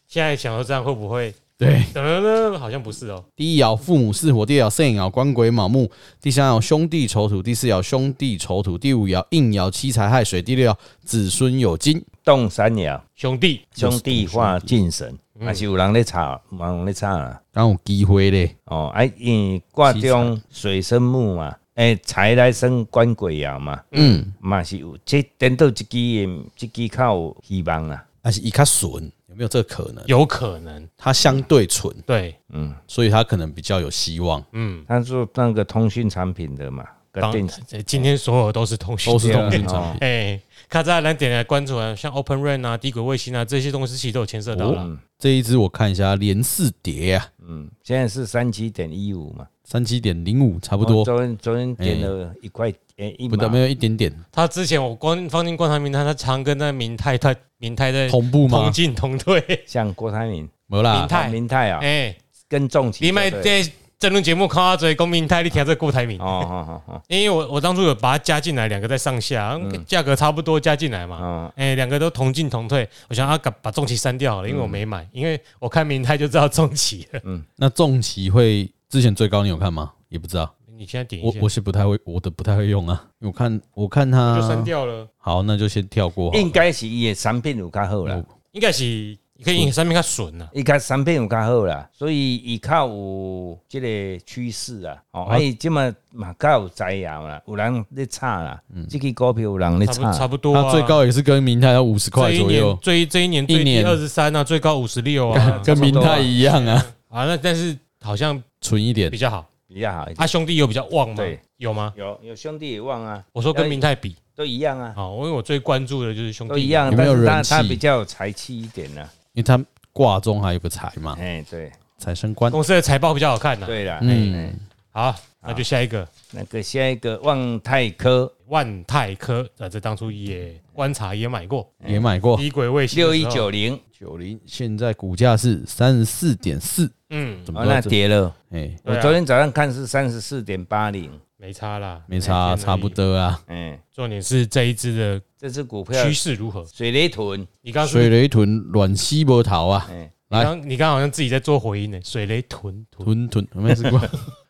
Speaker 1: 现在想到这样会不会？
Speaker 3: 对，
Speaker 1: 呃，好像不是哦。
Speaker 3: 第一爻父母是火，第二爻肾爻官鬼卯木，第三爻兄弟丑土，第四爻兄弟丑土，第五爻应爻七财亥水，第六爻子孙有金。
Speaker 4: 动三爻，
Speaker 1: 兄弟，
Speaker 4: 兄弟化敬神，还是有人在炒，有人在炒啊。
Speaker 3: 刚有机会嘞，
Speaker 4: 哦，哎，因挂中水生木嘛，哎，财来生官鬼爻嘛，
Speaker 3: 嗯，
Speaker 4: 嘛是有，这等到一支的，一支较有希望啦。
Speaker 3: 但是一看损有没有这个可能？
Speaker 1: 有可能，
Speaker 3: 它相对蠢，
Speaker 1: 对，
Speaker 4: 嗯，
Speaker 3: 所以它可能比较有希望。
Speaker 1: 嗯，
Speaker 4: 他做那个通讯产品的嘛，跟
Speaker 1: 当
Speaker 4: 电
Speaker 1: 这今天所有都是通讯，
Speaker 3: 都是通讯产
Speaker 4: 哦
Speaker 3: 品，
Speaker 1: 哎，卡在蓝点来关注啊，像 Open Rain 啊、低轨卫星啊这些东西其实都有牵涉到了。
Speaker 3: 这一支我看一下，连四叠啊，
Speaker 4: 嗯，现在是三七点一五嘛，
Speaker 3: 三七点零五，差不
Speaker 4: 我
Speaker 1: 哦
Speaker 3: 多，
Speaker 4: 昨天昨天点了一块，诶、一
Speaker 3: 不
Speaker 4: 毛
Speaker 3: 得没有一点点
Speaker 1: 他之前我光放进观察名单，他常跟那明泰在明泰在
Speaker 3: 同步吗
Speaker 1: 同？进同 退。
Speaker 4: 像郭台铭、
Speaker 3: 没啦
Speaker 1: 明，泰
Speaker 4: 啊明泰啊，
Speaker 1: 哎，
Speaker 4: 跟重企
Speaker 1: 你们
Speaker 4: 就对
Speaker 1: 在争论节目看阿嘴公明泰，你听这郭台铭
Speaker 4: 哦，哦哦
Speaker 1: 因为我我当初有把它加进来，两个在上下，
Speaker 3: 嗯
Speaker 1: 价格差不多加进来
Speaker 4: 哦
Speaker 1: 嘛。
Speaker 4: 哦，
Speaker 1: 哎，两个都同进同退，我想要把把重旗删掉好了，因为我没
Speaker 3: 嗯
Speaker 1: 买，因为我看明泰就知道重旗了。
Speaker 3: 那重旗会之前最高你有看吗？也不知道，
Speaker 1: 你现在点一
Speaker 3: 我
Speaker 1: 下，
Speaker 3: 我是不太会，我的不太会用啊。我看我呃看它
Speaker 1: 就删掉了，
Speaker 3: 好，那就先跳过好了。
Speaker 4: 应该是伊的产品有较好啦，
Speaker 1: 应该是可以上面看损了。
Speaker 4: 伊较产品有较好啦，所以伊较有即个趋势啊，哦，啊伊即嘛嘛较有知影啦，有人咧炒啦，即支股票有人咧
Speaker 1: 差不差
Speaker 4: 炒，
Speaker 1: 不多啊，
Speaker 3: 它最高也是跟明泰要五十
Speaker 1: 这
Speaker 3: 块
Speaker 1: 一
Speaker 3: 左右
Speaker 1: 年，最这一年最
Speaker 3: 一
Speaker 1: 低
Speaker 3: 年
Speaker 1: 二十三啊，最高五十六啊
Speaker 3: 跟明泰一样啊，
Speaker 1: 啊，那但是好像
Speaker 3: 存一点
Speaker 1: 比。较好。
Speaker 4: 比较好一点。
Speaker 1: 他兄弟有比较旺吗
Speaker 4: 对？
Speaker 1: 有吗？
Speaker 4: 有有兄弟也旺啊，
Speaker 1: 我说跟明泰比
Speaker 4: 都一样啊，
Speaker 1: 啊，我因为我最关注的就是兄
Speaker 4: 都
Speaker 1: 弟
Speaker 4: 一，样，啊
Speaker 3: 有没
Speaker 4: 但
Speaker 3: 有
Speaker 4: 是他
Speaker 3: 人气
Speaker 4: 他比较有才气一点啦。
Speaker 3: 因为它卦中还有个财嘛，
Speaker 4: 哎，对
Speaker 3: 财生官。
Speaker 1: 公司的财报比较好看呐。
Speaker 4: 对啦，嗯
Speaker 3: 嗯，，
Speaker 1: 好，那就下一个
Speaker 4: 那个下一个望泰科
Speaker 1: 万泰科啊，这当初也观察也买过
Speaker 3: 也买过
Speaker 1: 低轨卫星
Speaker 4: 六
Speaker 1: 的
Speaker 4: 一
Speaker 1: 时候，
Speaker 4: 九零，
Speaker 3: 九零，现在股价是三十四点四，
Speaker 1: 嗯，
Speaker 3: 怎么
Speaker 4: 哦，
Speaker 3: 都在
Speaker 4: 那
Speaker 3: 这？
Speaker 4: 跌了。
Speaker 3: 哎，
Speaker 1: 对
Speaker 4: 我
Speaker 1: 啊
Speaker 4: 昨天早上看是三十四点八零，
Speaker 1: 没差啦，
Speaker 3: 没差啊，
Speaker 1: 两天而已
Speaker 3: 差不。多啊。
Speaker 4: 嗯，
Speaker 1: 重点是这一支的
Speaker 4: 这只股票
Speaker 1: 趋势如何？
Speaker 4: 水雷屯，
Speaker 1: 你刚刚是不
Speaker 3: 水
Speaker 1: 是
Speaker 3: 雷屯卵西波桃啊，
Speaker 4: 哎，
Speaker 1: 你
Speaker 3: 来
Speaker 1: 刚你刚好像自己在做回音呢，水雷屯屯，
Speaker 3: 屯啊屯有没有 吃过？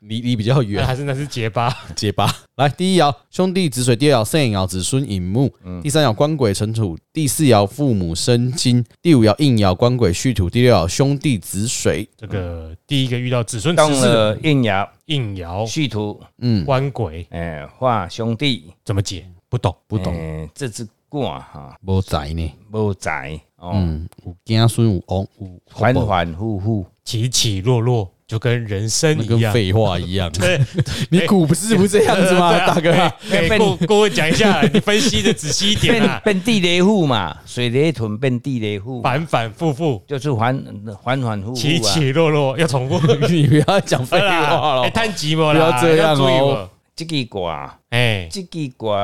Speaker 3: 离离比较
Speaker 1: 那
Speaker 3: 远，
Speaker 1: 还是那是结巴。
Speaker 3: 结巴。来，第一爻兄弟子水，第二爻肾爻子孙寅木，
Speaker 1: 嗯
Speaker 3: 第三爻官鬼辰土，第四爻父母生金，第五爻应爻官鬼戌土，第六爻兄弟子水。
Speaker 1: 这个第一个遇到子孙
Speaker 4: 动
Speaker 1: 之事，
Speaker 4: 了应爻、
Speaker 1: 应爻
Speaker 4: 续图，
Speaker 3: 嗯，
Speaker 1: 官鬼
Speaker 4: 哎，化兄弟，
Speaker 1: 怎么解？不懂，
Speaker 3: 不懂，
Speaker 4: 哎，这只卦哈，
Speaker 3: 无财呢。
Speaker 4: 无财哦，
Speaker 3: 嗯，有子孙有翁有
Speaker 4: 反反复复，
Speaker 1: 起起落落，就跟人生
Speaker 3: 那
Speaker 1: 一
Speaker 3: 跟
Speaker 1: 样。
Speaker 3: 废话一样。
Speaker 1: 对，
Speaker 3: 你股不是不这样 子吗，大哥啊？
Speaker 1: 哎，哎顾顾问讲一下，你分析的仔细一点
Speaker 4: 变
Speaker 1: 啊，
Speaker 4: 变地雷户嘛，水雷屯变地雷户，
Speaker 1: 反反复复，
Speaker 4: 就是反反反复
Speaker 1: 起
Speaker 4: 复啊。
Speaker 1: 起落落，又重复。
Speaker 3: 你不要讲废话 了
Speaker 1: 哎，，探寂寞
Speaker 3: 啊不
Speaker 1: 啦，
Speaker 3: 要这样哦
Speaker 1: 注意我。
Speaker 4: 这个卦，
Speaker 1: 哎
Speaker 4: 这个卦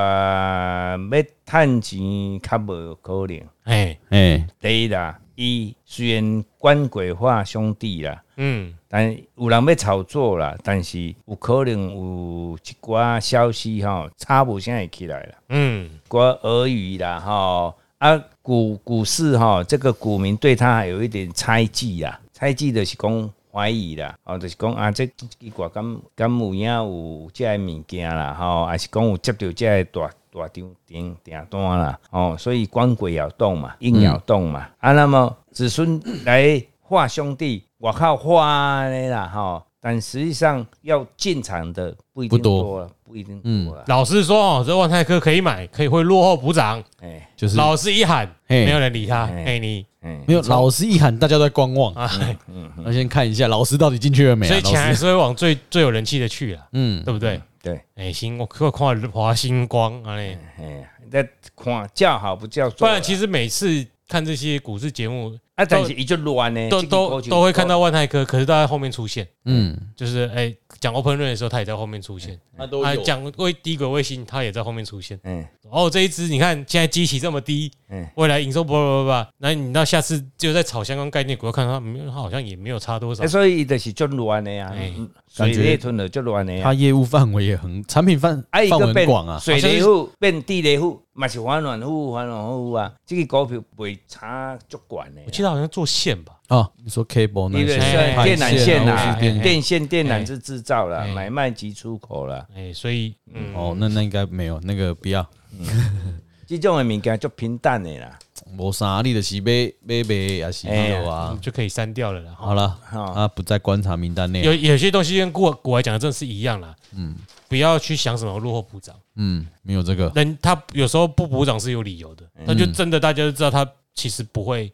Speaker 4: 要趁钱较无可能。
Speaker 1: 哎，
Speaker 3: 哎，
Speaker 4: 第一啦，伊虽然官鬼化兄弟啦，
Speaker 1: 嗯，
Speaker 4: 但有人要炒作啦，但是有可能有一寡消息吼，差无啥会起来啦，
Speaker 1: 嗯，
Speaker 4: 一寡俄语啦吼，啊股股市吼，这个股民对他还有一点猜忌啦，猜忌就是讲。怀疑啦，哦，就是讲啊，这这个敢敢有影有这个物件啦，吼、还是讲有接到这个大大张订订单啦，哦，所以官鬼要动嘛，硬要动嘛，啊，那么子孙来画兄弟，我靠画的啦哈，但实际上要进场的不一
Speaker 3: 不
Speaker 4: 定
Speaker 3: 多
Speaker 4: 多了，不一定多了，
Speaker 1: 老师说哦，这万泰科可以买，可以会落后补涨。
Speaker 4: 哎
Speaker 3: 就是哎
Speaker 1: 老师一喊，
Speaker 3: 嘿
Speaker 1: 没有人理他。
Speaker 4: 嘿
Speaker 1: 哎，你
Speaker 4: 哎
Speaker 3: 没有老师一喊，大家都在观望。嗯
Speaker 1: 啊，
Speaker 3: 那先看一下老师到底进去了没啊？
Speaker 1: 所以钱
Speaker 3: 老
Speaker 1: 还
Speaker 3: 师，
Speaker 1: 是会往最最有人气的去了，
Speaker 3: 嗯，
Speaker 1: 对不对？
Speaker 4: 对，
Speaker 1: 哎，星我我看华星光啊嘞。
Speaker 4: 哎，那看叫好不叫
Speaker 1: 不
Speaker 4: 座啦，
Speaker 1: 然其实每次看这些股市节目，
Speaker 4: 啊，但是伊就乱
Speaker 3: 哎
Speaker 4: 呢，
Speaker 1: 都
Speaker 4: 这个
Speaker 1: 都
Speaker 4: 股就
Speaker 1: 都会看到万泰科，可是他在后面出现，
Speaker 3: 嗯，
Speaker 1: 就是哎讲 Open Run 的时候，他也在后面出现。
Speaker 3: 那
Speaker 1: 啊，讲为低轨卫星，它也在后面出现。
Speaker 4: 嗯
Speaker 1: 哦，这一支你看现在基期这么低，
Speaker 4: 嗯
Speaker 1: 未来营收不不不，那你到下次就在炒相关概念股，看它没有，它好像也没有差多少
Speaker 4: 啊，。所以伊就是足乱的啊
Speaker 1: 哎，
Speaker 4: 水
Speaker 3: 感觉
Speaker 4: 雷吞了足乱的啊
Speaker 3: 它。业务范围也很，产品范
Speaker 4: 啊，伊
Speaker 3: 范围
Speaker 4: 个
Speaker 3: 很
Speaker 4: 变
Speaker 3: 广啊。
Speaker 4: 水泥户变地雷户，嘛是反暖户、反暖户啊，这个股票袂差足悬
Speaker 1: 我记得
Speaker 4: 的。
Speaker 1: 好像做线吧，
Speaker 3: 哦，你说 cable 那
Speaker 4: 你的
Speaker 3: 些
Speaker 1: 哎
Speaker 4: 像电缆线
Speaker 3: 啊
Speaker 4: 啦
Speaker 3: 或是、
Speaker 1: 电
Speaker 3: 电
Speaker 4: 电线、电缆
Speaker 1: 哎
Speaker 4: 是制造啦
Speaker 1: 哎，
Speaker 4: 买卖及出口啦，
Speaker 1: 哎，所以嗯，
Speaker 3: 哦，那那应该没有，那个不要。
Speaker 4: 这种的物件足平淡的啦。
Speaker 3: 无啥，你就是买买买也是那个
Speaker 1: 我
Speaker 3: 啊
Speaker 4: 嗯
Speaker 1: 们。就可以删掉了啦。
Speaker 3: 好了，啊，不在观察名
Speaker 4: 嗯
Speaker 3: 单内。
Speaker 1: 有有些东西跟过古来讲的真的是一样啦，嗯，不要去想什么落后补涨，
Speaker 3: 嗯，没有这个。
Speaker 1: 人他有时候不补涨是有理由的，
Speaker 4: 嗯
Speaker 1: 那就真的大家就知道他其实不会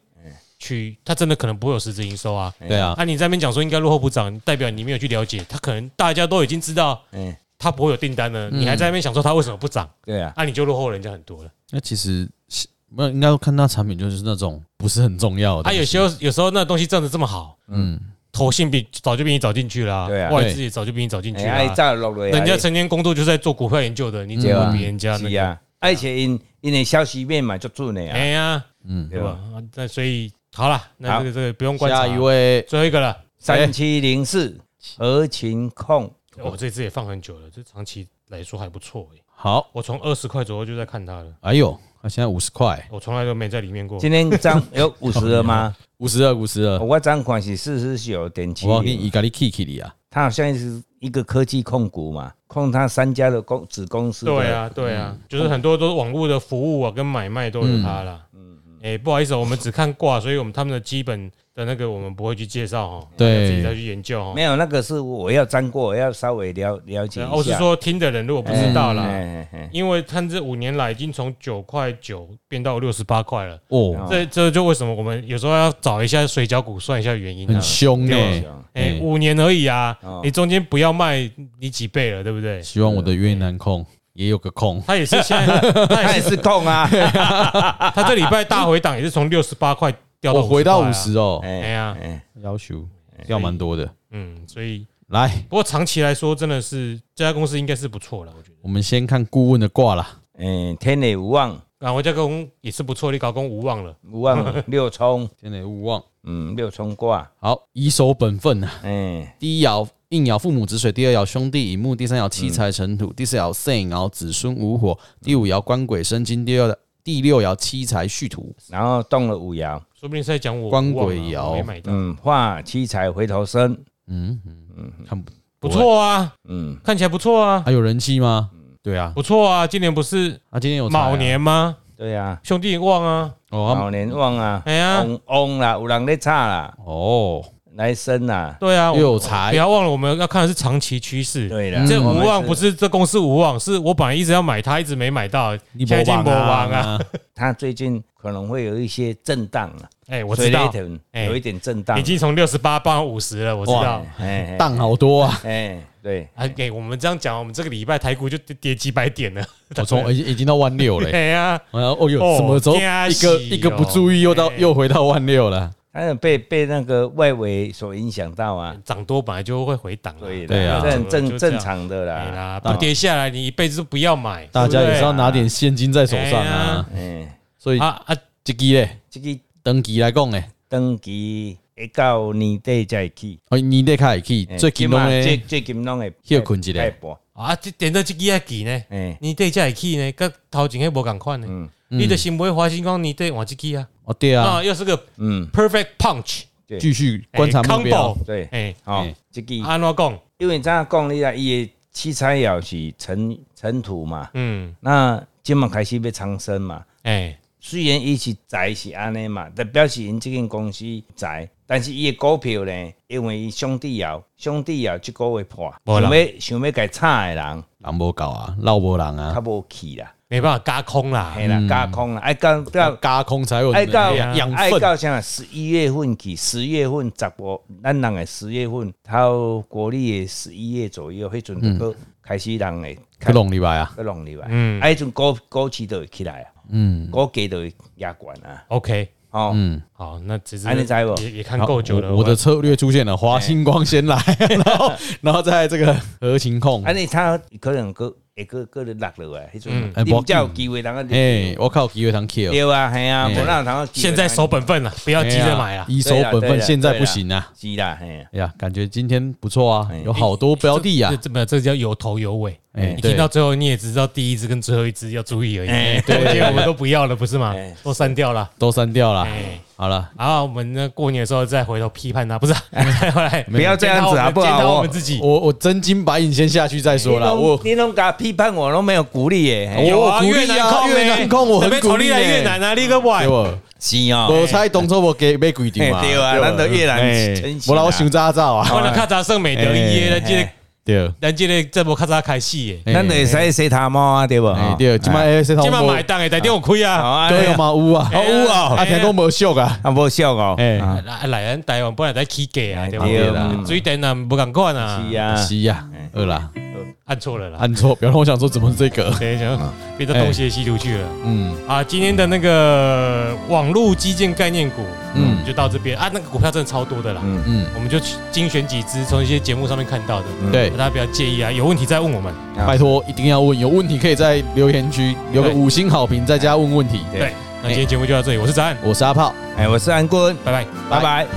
Speaker 1: 去，他真的可能不会有实质营收
Speaker 4: 嗯
Speaker 1: 啊。
Speaker 3: 对啊，
Speaker 1: 啊，你在那边讲说应该落后补涨，代表你没有去了解，他可能大家都已经知道
Speaker 4: 嗯，
Speaker 1: 他不会有订单了，你还在那边想说他为什么不涨，
Speaker 4: 对啊，
Speaker 1: 啊，你就落后人家很多了。
Speaker 3: 那其实是没有，应该看到产品就是那种不是很重要的
Speaker 1: 啊，
Speaker 3: 东西。
Speaker 1: 有时候有时候那东西挣的这么好，
Speaker 3: 嗯，
Speaker 1: 投信比早就比你早进去啦，
Speaker 4: 对啊
Speaker 1: 外资也早就比你早进去
Speaker 4: 哎，啊伊
Speaker 1: 啦，
Speaker 4: 早就落来啊，
Speaker 1: 人家成天工作就是在做股票研究的，你怎
Speaker 4: 对
Speaker 1: 么
Speaker 4: 啊
Speaker 1: 会比人家那
Speaker 4: 是
Speaker 1: 个？
Speaker 4: 啊，而且因因的消息面嘛足准的啊
Speaker 1: 哎，呀，对
Speaker 4: 对
Speaker 1: 吧
Speaker 4: 吧？？
Speaker 1: 啊那所以好了，那这个这个不用观察
Speaker 3: 下一，位，
Speaker 1: 最后一个了。
Speaker 4: 三七零四合情控，
Speaker 1: 我这次也放很久了，这长期来说还不错哎。
Speaker 3: 好，
Speaker 1: 我从二十块左右就在看它了，
Speaker 3: 哎呦，他现在五十块，
Speaker 1: 我从来都没在里面过。
Speaker 4: 今天 涨有五十二吗？
Speaker 3: 五十二，五十
Speaker 1: 哦
Speaker 3: 二。
Speaker 4: 我涨款是四十九点七
Speaker 3: 我要给你咖喱 k i k 里啊，
Speaker 4: 它好像是一个科技控股嘛，控它三家的公子公司。
Speaker 1: 对，啊，对啊，就是很多都是网络的服务啊，跟买卖都有它啦。嗯哎、不好意思哦，我们只看挂，所以我们他们的基本的那个我们不会去介绍哦，
Speaker 3: 对
Speaker 1: 要自己再去研究哦
Speaker 4: 没。有那个是我要沾过，我要稍微了了解
Speaker 1: 对
Speaker 4: 一
Speaker 1: 啊
Speaker 4: 下。
Speaker 1: 我是说听的人如果不知道啦，
Speaker 4: 哎，哎哎
Speaker 1: 因为看这五年来已经从九块九变到六十八块了，
Speaker 3: 哦，
Speaker 1: 这这就为什么我们有时候要找一下水饺股算一下原因啊
Speaker 3: 很。凶呢。
Speaker 4: 对啊
Speaker 1: 哎、
Speaker 3: 哎
Speaker 1: 五年而已啊，
Speaker 4: 哦
Speaker 1: 你中间不要卖你几倍了，对不对？
Speaker 3: 希望我的越南控也有个控。
Speaker 1: 它也是现在，它
Speaker 4: 它
Speaker 1: 也
Speaker 4: 也
Speaker 1: 是
Speaker 4: 是 控啊。
Speaker 1: 哎它这礼拜大回档也是从六十八块掉到
Speaker 3: 我回到
Speaker 1: 50块
Speaker 3: 五
Speaker 1: 啊
Speaker 3: 十哦，
Speaker 1: 哎呀
Speaker 4: 哎，
Speaker 3: 要求掉蛮多的。
Speaker 1: 嗯，所以
Speaker 3: 来，
Speaker 1: 不过长期来说，真的是这家公司应该是不错了，我觉得。
Speaker 3: 我们先看顾问的挂啦。
Speaker 4: 哎，天雷无望，
Speaker 1: 啊，我家公也是不错，你搞公无望了，
Speaker 4: 无望六冲，
Speaker 3: 天雷勿忘。
Speaker 4: 嗯，六冲卦，
Speaker 3: 好，以守本分啊。
Speaker 4: 哎，
Speaker 3: 第一爻应爻父母子水，第二爻兄弟乙木，第三爻七财成土，第四爻肾爻子孙午火，第五爻官鬼生金，第二第六爻七财戌土。
Speaker 4: 然后动了五爻，
Speaker 1: 说不定是在讲我
Speaker 3: 光
Speaker 1: 无望啊
Speaker 3: 轨摇
Speaker 1: 我没买到，
Speaker 4: 嗯，化七财回头身，
Speaker 3: 嗯嗯，看不
Speaker 1: 不错啊，
Speaker 4: 嗯，
Speaker 1: 看起来不错啊，
Speaker 3: 还有人气吗？对啊，
Speaker 1: 不错啊，今年不是
Speaker 3: 啊，今天有财啊
Speaker 1: 卯年吗？
Speaker 4: 对啊，
Speaker 1: 兄弟旺啊，
Speaker 3: 哦啊
Speaker 4: 老年旺啊，
Speaker 1: 哎呀
Speaker 4: 翁翁啦，有人在差啦，
Speaker 3: 哦，
Speaker 4: 来生啦，
Speaker 1: 对啊，
Speaker 3: 又有财
Speaker 1: 不要忘了我们要看的是长期趋势。
Speaker 4: 对啦，嗯
Speaker 1: 这
Speaker 4: 我们
Speaker 1: 无望不是这公司无望，是我本来一直要买它，一直没买到，
Speaker 3: 你
Speaker 1: 现在已经
Speaker 3: 没
Speaker 1: 没望啊。
Speaker 3: 啊，
Speaker 4: 它最近可能会有一些震荡啊了，
Speaker 1: 哎，我
Speaker 4: 所以
Speaker 1: 知道，
Speaker 4: 有一
Speaker 1: 哎
Speaker 4: 点有一点震荡，
Speaker 1: 已经从六十八到五十了，我知道。
Speaker 4: 哎哎
Speaker 3: 当好多啊，
Speaker 4: 哎，对，
Speaker 1: 啊，给我们这样讲，我们这个礼拜台股就跌跌几百点了。
Speaker 3: 我从已经已经到万六 了欸。
Speaker 1: 对哎呀，
Speaker 3: 然后哦哟，
Speaker 1: 哦
Speaker 3: 什么时候
Speaker 1: 惊
Speaker 3: 一
Speaker 1: 喜
Speaker 3: 个一个不注意又到
Speaker 1: 哦
Speaker 3: 又回到万六了？
Speaker 4: 它有被被那个外围所影响到啊，
Speaker 1: 涨多本来就会回档啊，
Speaker 4: 所以啦
Speaker 3: 对啊
Speaker 4: 这很
Speaker 1: 就
Speaker 4: 正
Speaker 1: 这样
Speaker 4: 正常的
Speaker 1: 哎
Speaker 4: 啦，哦
Speaker 1: 啦，不跌下来，你一辈子都不要买。
Speaker 3: 大家也
Speaker 1: 对
Speaker 3: 是要拿点现金在手上啊。
Speaker 4: 哎，
Speaker 3: 所
Speaker 1: 不
Speaker 3: 以
Speaker 1: 对啊啊，
Speaker 3: 这个嘞，
Speaker 4: 这个
Speaker 3: 登期来讲嘞，
Speaker 4: 登记会到年底再去，
Speaker 3: 哦，你得开始去，
Speaker 4: 哎
Speaker 3: 最近拢
Speaker 4: 今晚最
Speaker 3: 嘞，
Speaker 4: 最近拢会
Speaker 3: 休困一下
Speaker 4: 拜拜
Speaker 1: 啊，这点到这个要记呢，
Speaker 3: 嗯
Speaker 4: 哎，
Speaker 1: 你对这起呢，跟头前迄无共款呢
Speaker 4: 嗯。
Speaker 1: 你的新不会花心光，你对换这个啊，
Speaker 3: 哦对啊，
Speaker 1: 啊，又是个
Speaker 4: 嗯，
Speaker 1: perfect punch，
Speaker 4: 对
Speaker 3: 继续观察目标。
Speaker 1: combo，
Speaker 4: 对，
Speaker 1: 哎，
Speaker 4: 好
Speaker 3: 哎，
Speaker 4: 这个
Speaker 1: 安怎讲？
Speaker 4: 因为咱讲你啊，伊的七彩爻是尘尘土嘛，
Speaker 1: 嗯，
Speaker 4: 那今嘛开始要长生嘛。
Speaker 1: 哎，
Speaker 4: 虽然伊是财是安尼嘛，但表示因即间公司财，但是伊的股票呢，因为伊兄弟爻，兄弟爻即个月破，
Speaker 1: 没
Speaker 4: 想
Speaker 1: 人
Speaker 4: 要想要甲炒的人，
Speaker 3: 人无够啊，老无人
Speaker 4: 较
Speaker 3: 啊，
Speaker 4: 无去啦，
Speaker 1: 没办法加空啦
Speaker 4: 嘿，啦，加空啦，爱到到
Speaker 3: 加空才有
Speaker 4: 爱
Speaker 1: 嗯
Speaker 4: 到
Speaker 1: 哎呀
Speaker 3: 嗯养
Speaker 4: 爱
Speaker 3: 分。
Speaker 4: 到啥？十一月份去，十月份十五，咱人的十月份到国历的十一月左右，迄阵就搁开始人会
Speaker 3: 去弄礼拜啊，
Speaker 4: 个弄入来，
Speaker 1: 嗯
Speaker 4: 啊，迄阵股股市就会起来啊，
Speaker 3: 嗯，
Speaker 4: 股价就会压悬啊，
Speaker 1: ，OK，
Speaker 4: 哦，
Speaker 3: 嗯，
Speaker 1: 好，那其实
Speaker 4: 安尼知无
Speaker 1: 也也看够久了，哎
Speaker 3: 我我的策略出现了，华星光先来，然后 然后再这个核情控，
Speaker 4: 安尼他可能个会个个人落落来，迄
Speaker 1: 嗯
Speaker 4: 阵你们才有机会，人家
Speaker 3: 哎，我靠，机会堂 kill，
Speaker 4: 对啊，系啊，
Speaker 3: 哎
Speaker 4: 无那通
Speaker 1: 现在守本分了，不要急着买啊了。
Speaker 3: 一手
Speaker 4: 对啦
Speaker 3: 本
Speaker 4: 对
Speaker 3: 分
Speaker 4: 啦
Speaker 3: 现在
Speaker 4: 对
Speaker 3: 不
Speaker 4: 啦
Speaker 3: 行啊，
Speaker 4: 是啦，嘿啊，
Speaker 3: 哎呀，感觉今天不错啊
Speaker 4: 哎，
Speaker 3: 有好多标的啊
Speaker 1: 这，这没有，这叫有头有尾。
Speaker 3: 哎
Speaker 1: 你
Speaker 3: 对
Speaker 1: 听到最后，你也只知道第一只跟最后一只要注意而已。
Speaker 4: 哎
Speaker 1: 中间我们都不要了，不是吗
Speaker 4: 哎？
Speaker 1: 都删掉了。
Speaker 3: 都删掉了
Speaker 1: 哎，
Speaker 3: 好了，
Speaker 1: 然后我们呢，过年的时候再回头批判 他，不是啊？再回来，
Speaker 4: 不要这样子好不好
Speaker 1: 检讨我
Speaker 4: 我
Speaker 1: 们自己。
Speaker 3: 我我真金白银先下去再说
Speaker 1: 哎
Speaker 3: 了，
Speaker 4: 你
Speaker 3: 我
Speaker 4: 拢你拢甲批判我都没有鼓励耶，嘿
Speaker 1: 有啊，
Speaker 3: 我鼓励
Speaker 1: 越
Speaker 3: 啊
Speaker 1: 南控
Speaker 3: 越南控我很
Speaker 1: 被投
Speaker 3: 鼓励哎
Speaker 1: 力来
Speaker 3: 呢
Speaker 1: 越南啊，你个外
Speaker 3: 对。不？
Speaker 4: 是哦，
Speaker 3: 无猜当初无给买规定嘛，
Speaker 4: 嘿对啊咱就越南
Speaker 3: 哎
Speaker 4: 成型
Speaker 3: 无
Speaker 4: 啊
Speaker 3: 啦，我想早早啊，
Speaker 1: 我那较早算美德一耶，
Speaker 3: 哎
Speaker 1: 咱这个
Speaker 4: 哎
Speaker 3: 对，
Speaker 1: 咱这个这波较早开始耶，
Speaker 4: 咱就会使洗头毛啊，对不？
Speaker 3: 哎对，即摆这
Speaker 1: 今
Speaker 3: 套
Speaker 1: 晚买单诶，台顶有亏
Speaker 4: 好
Speaker 1: 啊，
Speaker 4: 啊，
Speaker 3: 对嘛
Speaker 4: 嘛，
Speaker 3: 有啊，
Speaker 1: 哎呀
Speaker 3: 有啊，
Speaker 1: 哎呀
Speaker 3: 啊听讲无俗啊，
Speaker 4: 啊，无笑哦，
Speaker 3: 哎
Speaker 4: 啊
Speaker 1: 来来咱台湾本来在起价啊，
Speaker 4: 哎
Speaker 1: 对
Speaker 3: 对
Speaker 1: 吧
Speaker 3: 啦？
Speaker 1: 嗯水电啊不敢管啊，
Speaker 4: 是啊，
Speaker 3: 是呀，二啦，
Speaker 1: 按错了啦，
Speaker 3: 按错，不要让我想说怎么是这个，
Speaker 1: 对，想别的东西吸出去了
Speaker 3: 嗯
Speaker 1: 啊。今天的那个网络基建概念股，嗯，
Speaker 3: 嗯
Speaker 1: 就到这边啊，那个股票真的超多的啦，
Speaker 4: 嗯
Speaker 3: 嗯，
Speaker 1: 我们就精选几只从一些节目上面看到的，
Speaker 3: 对，
Speaker 1: 大家不要介意啊，有问题再问我们。
Speaker 3: 拜托一定要问，有问题可以在留言区留个
Speaker 1: 对
Speaker 3: 五星好评，在家问问题。
Speaker 4: 对
Speaker 1: 对，那今天节目就到这里，我是子安，
Speaker 3: 我是阿炮，
Speaker 4: 哎，我是安坤，
Speaker 1: 拜拜。
Speaker 4: 拜拜。
Speaker 1: 哎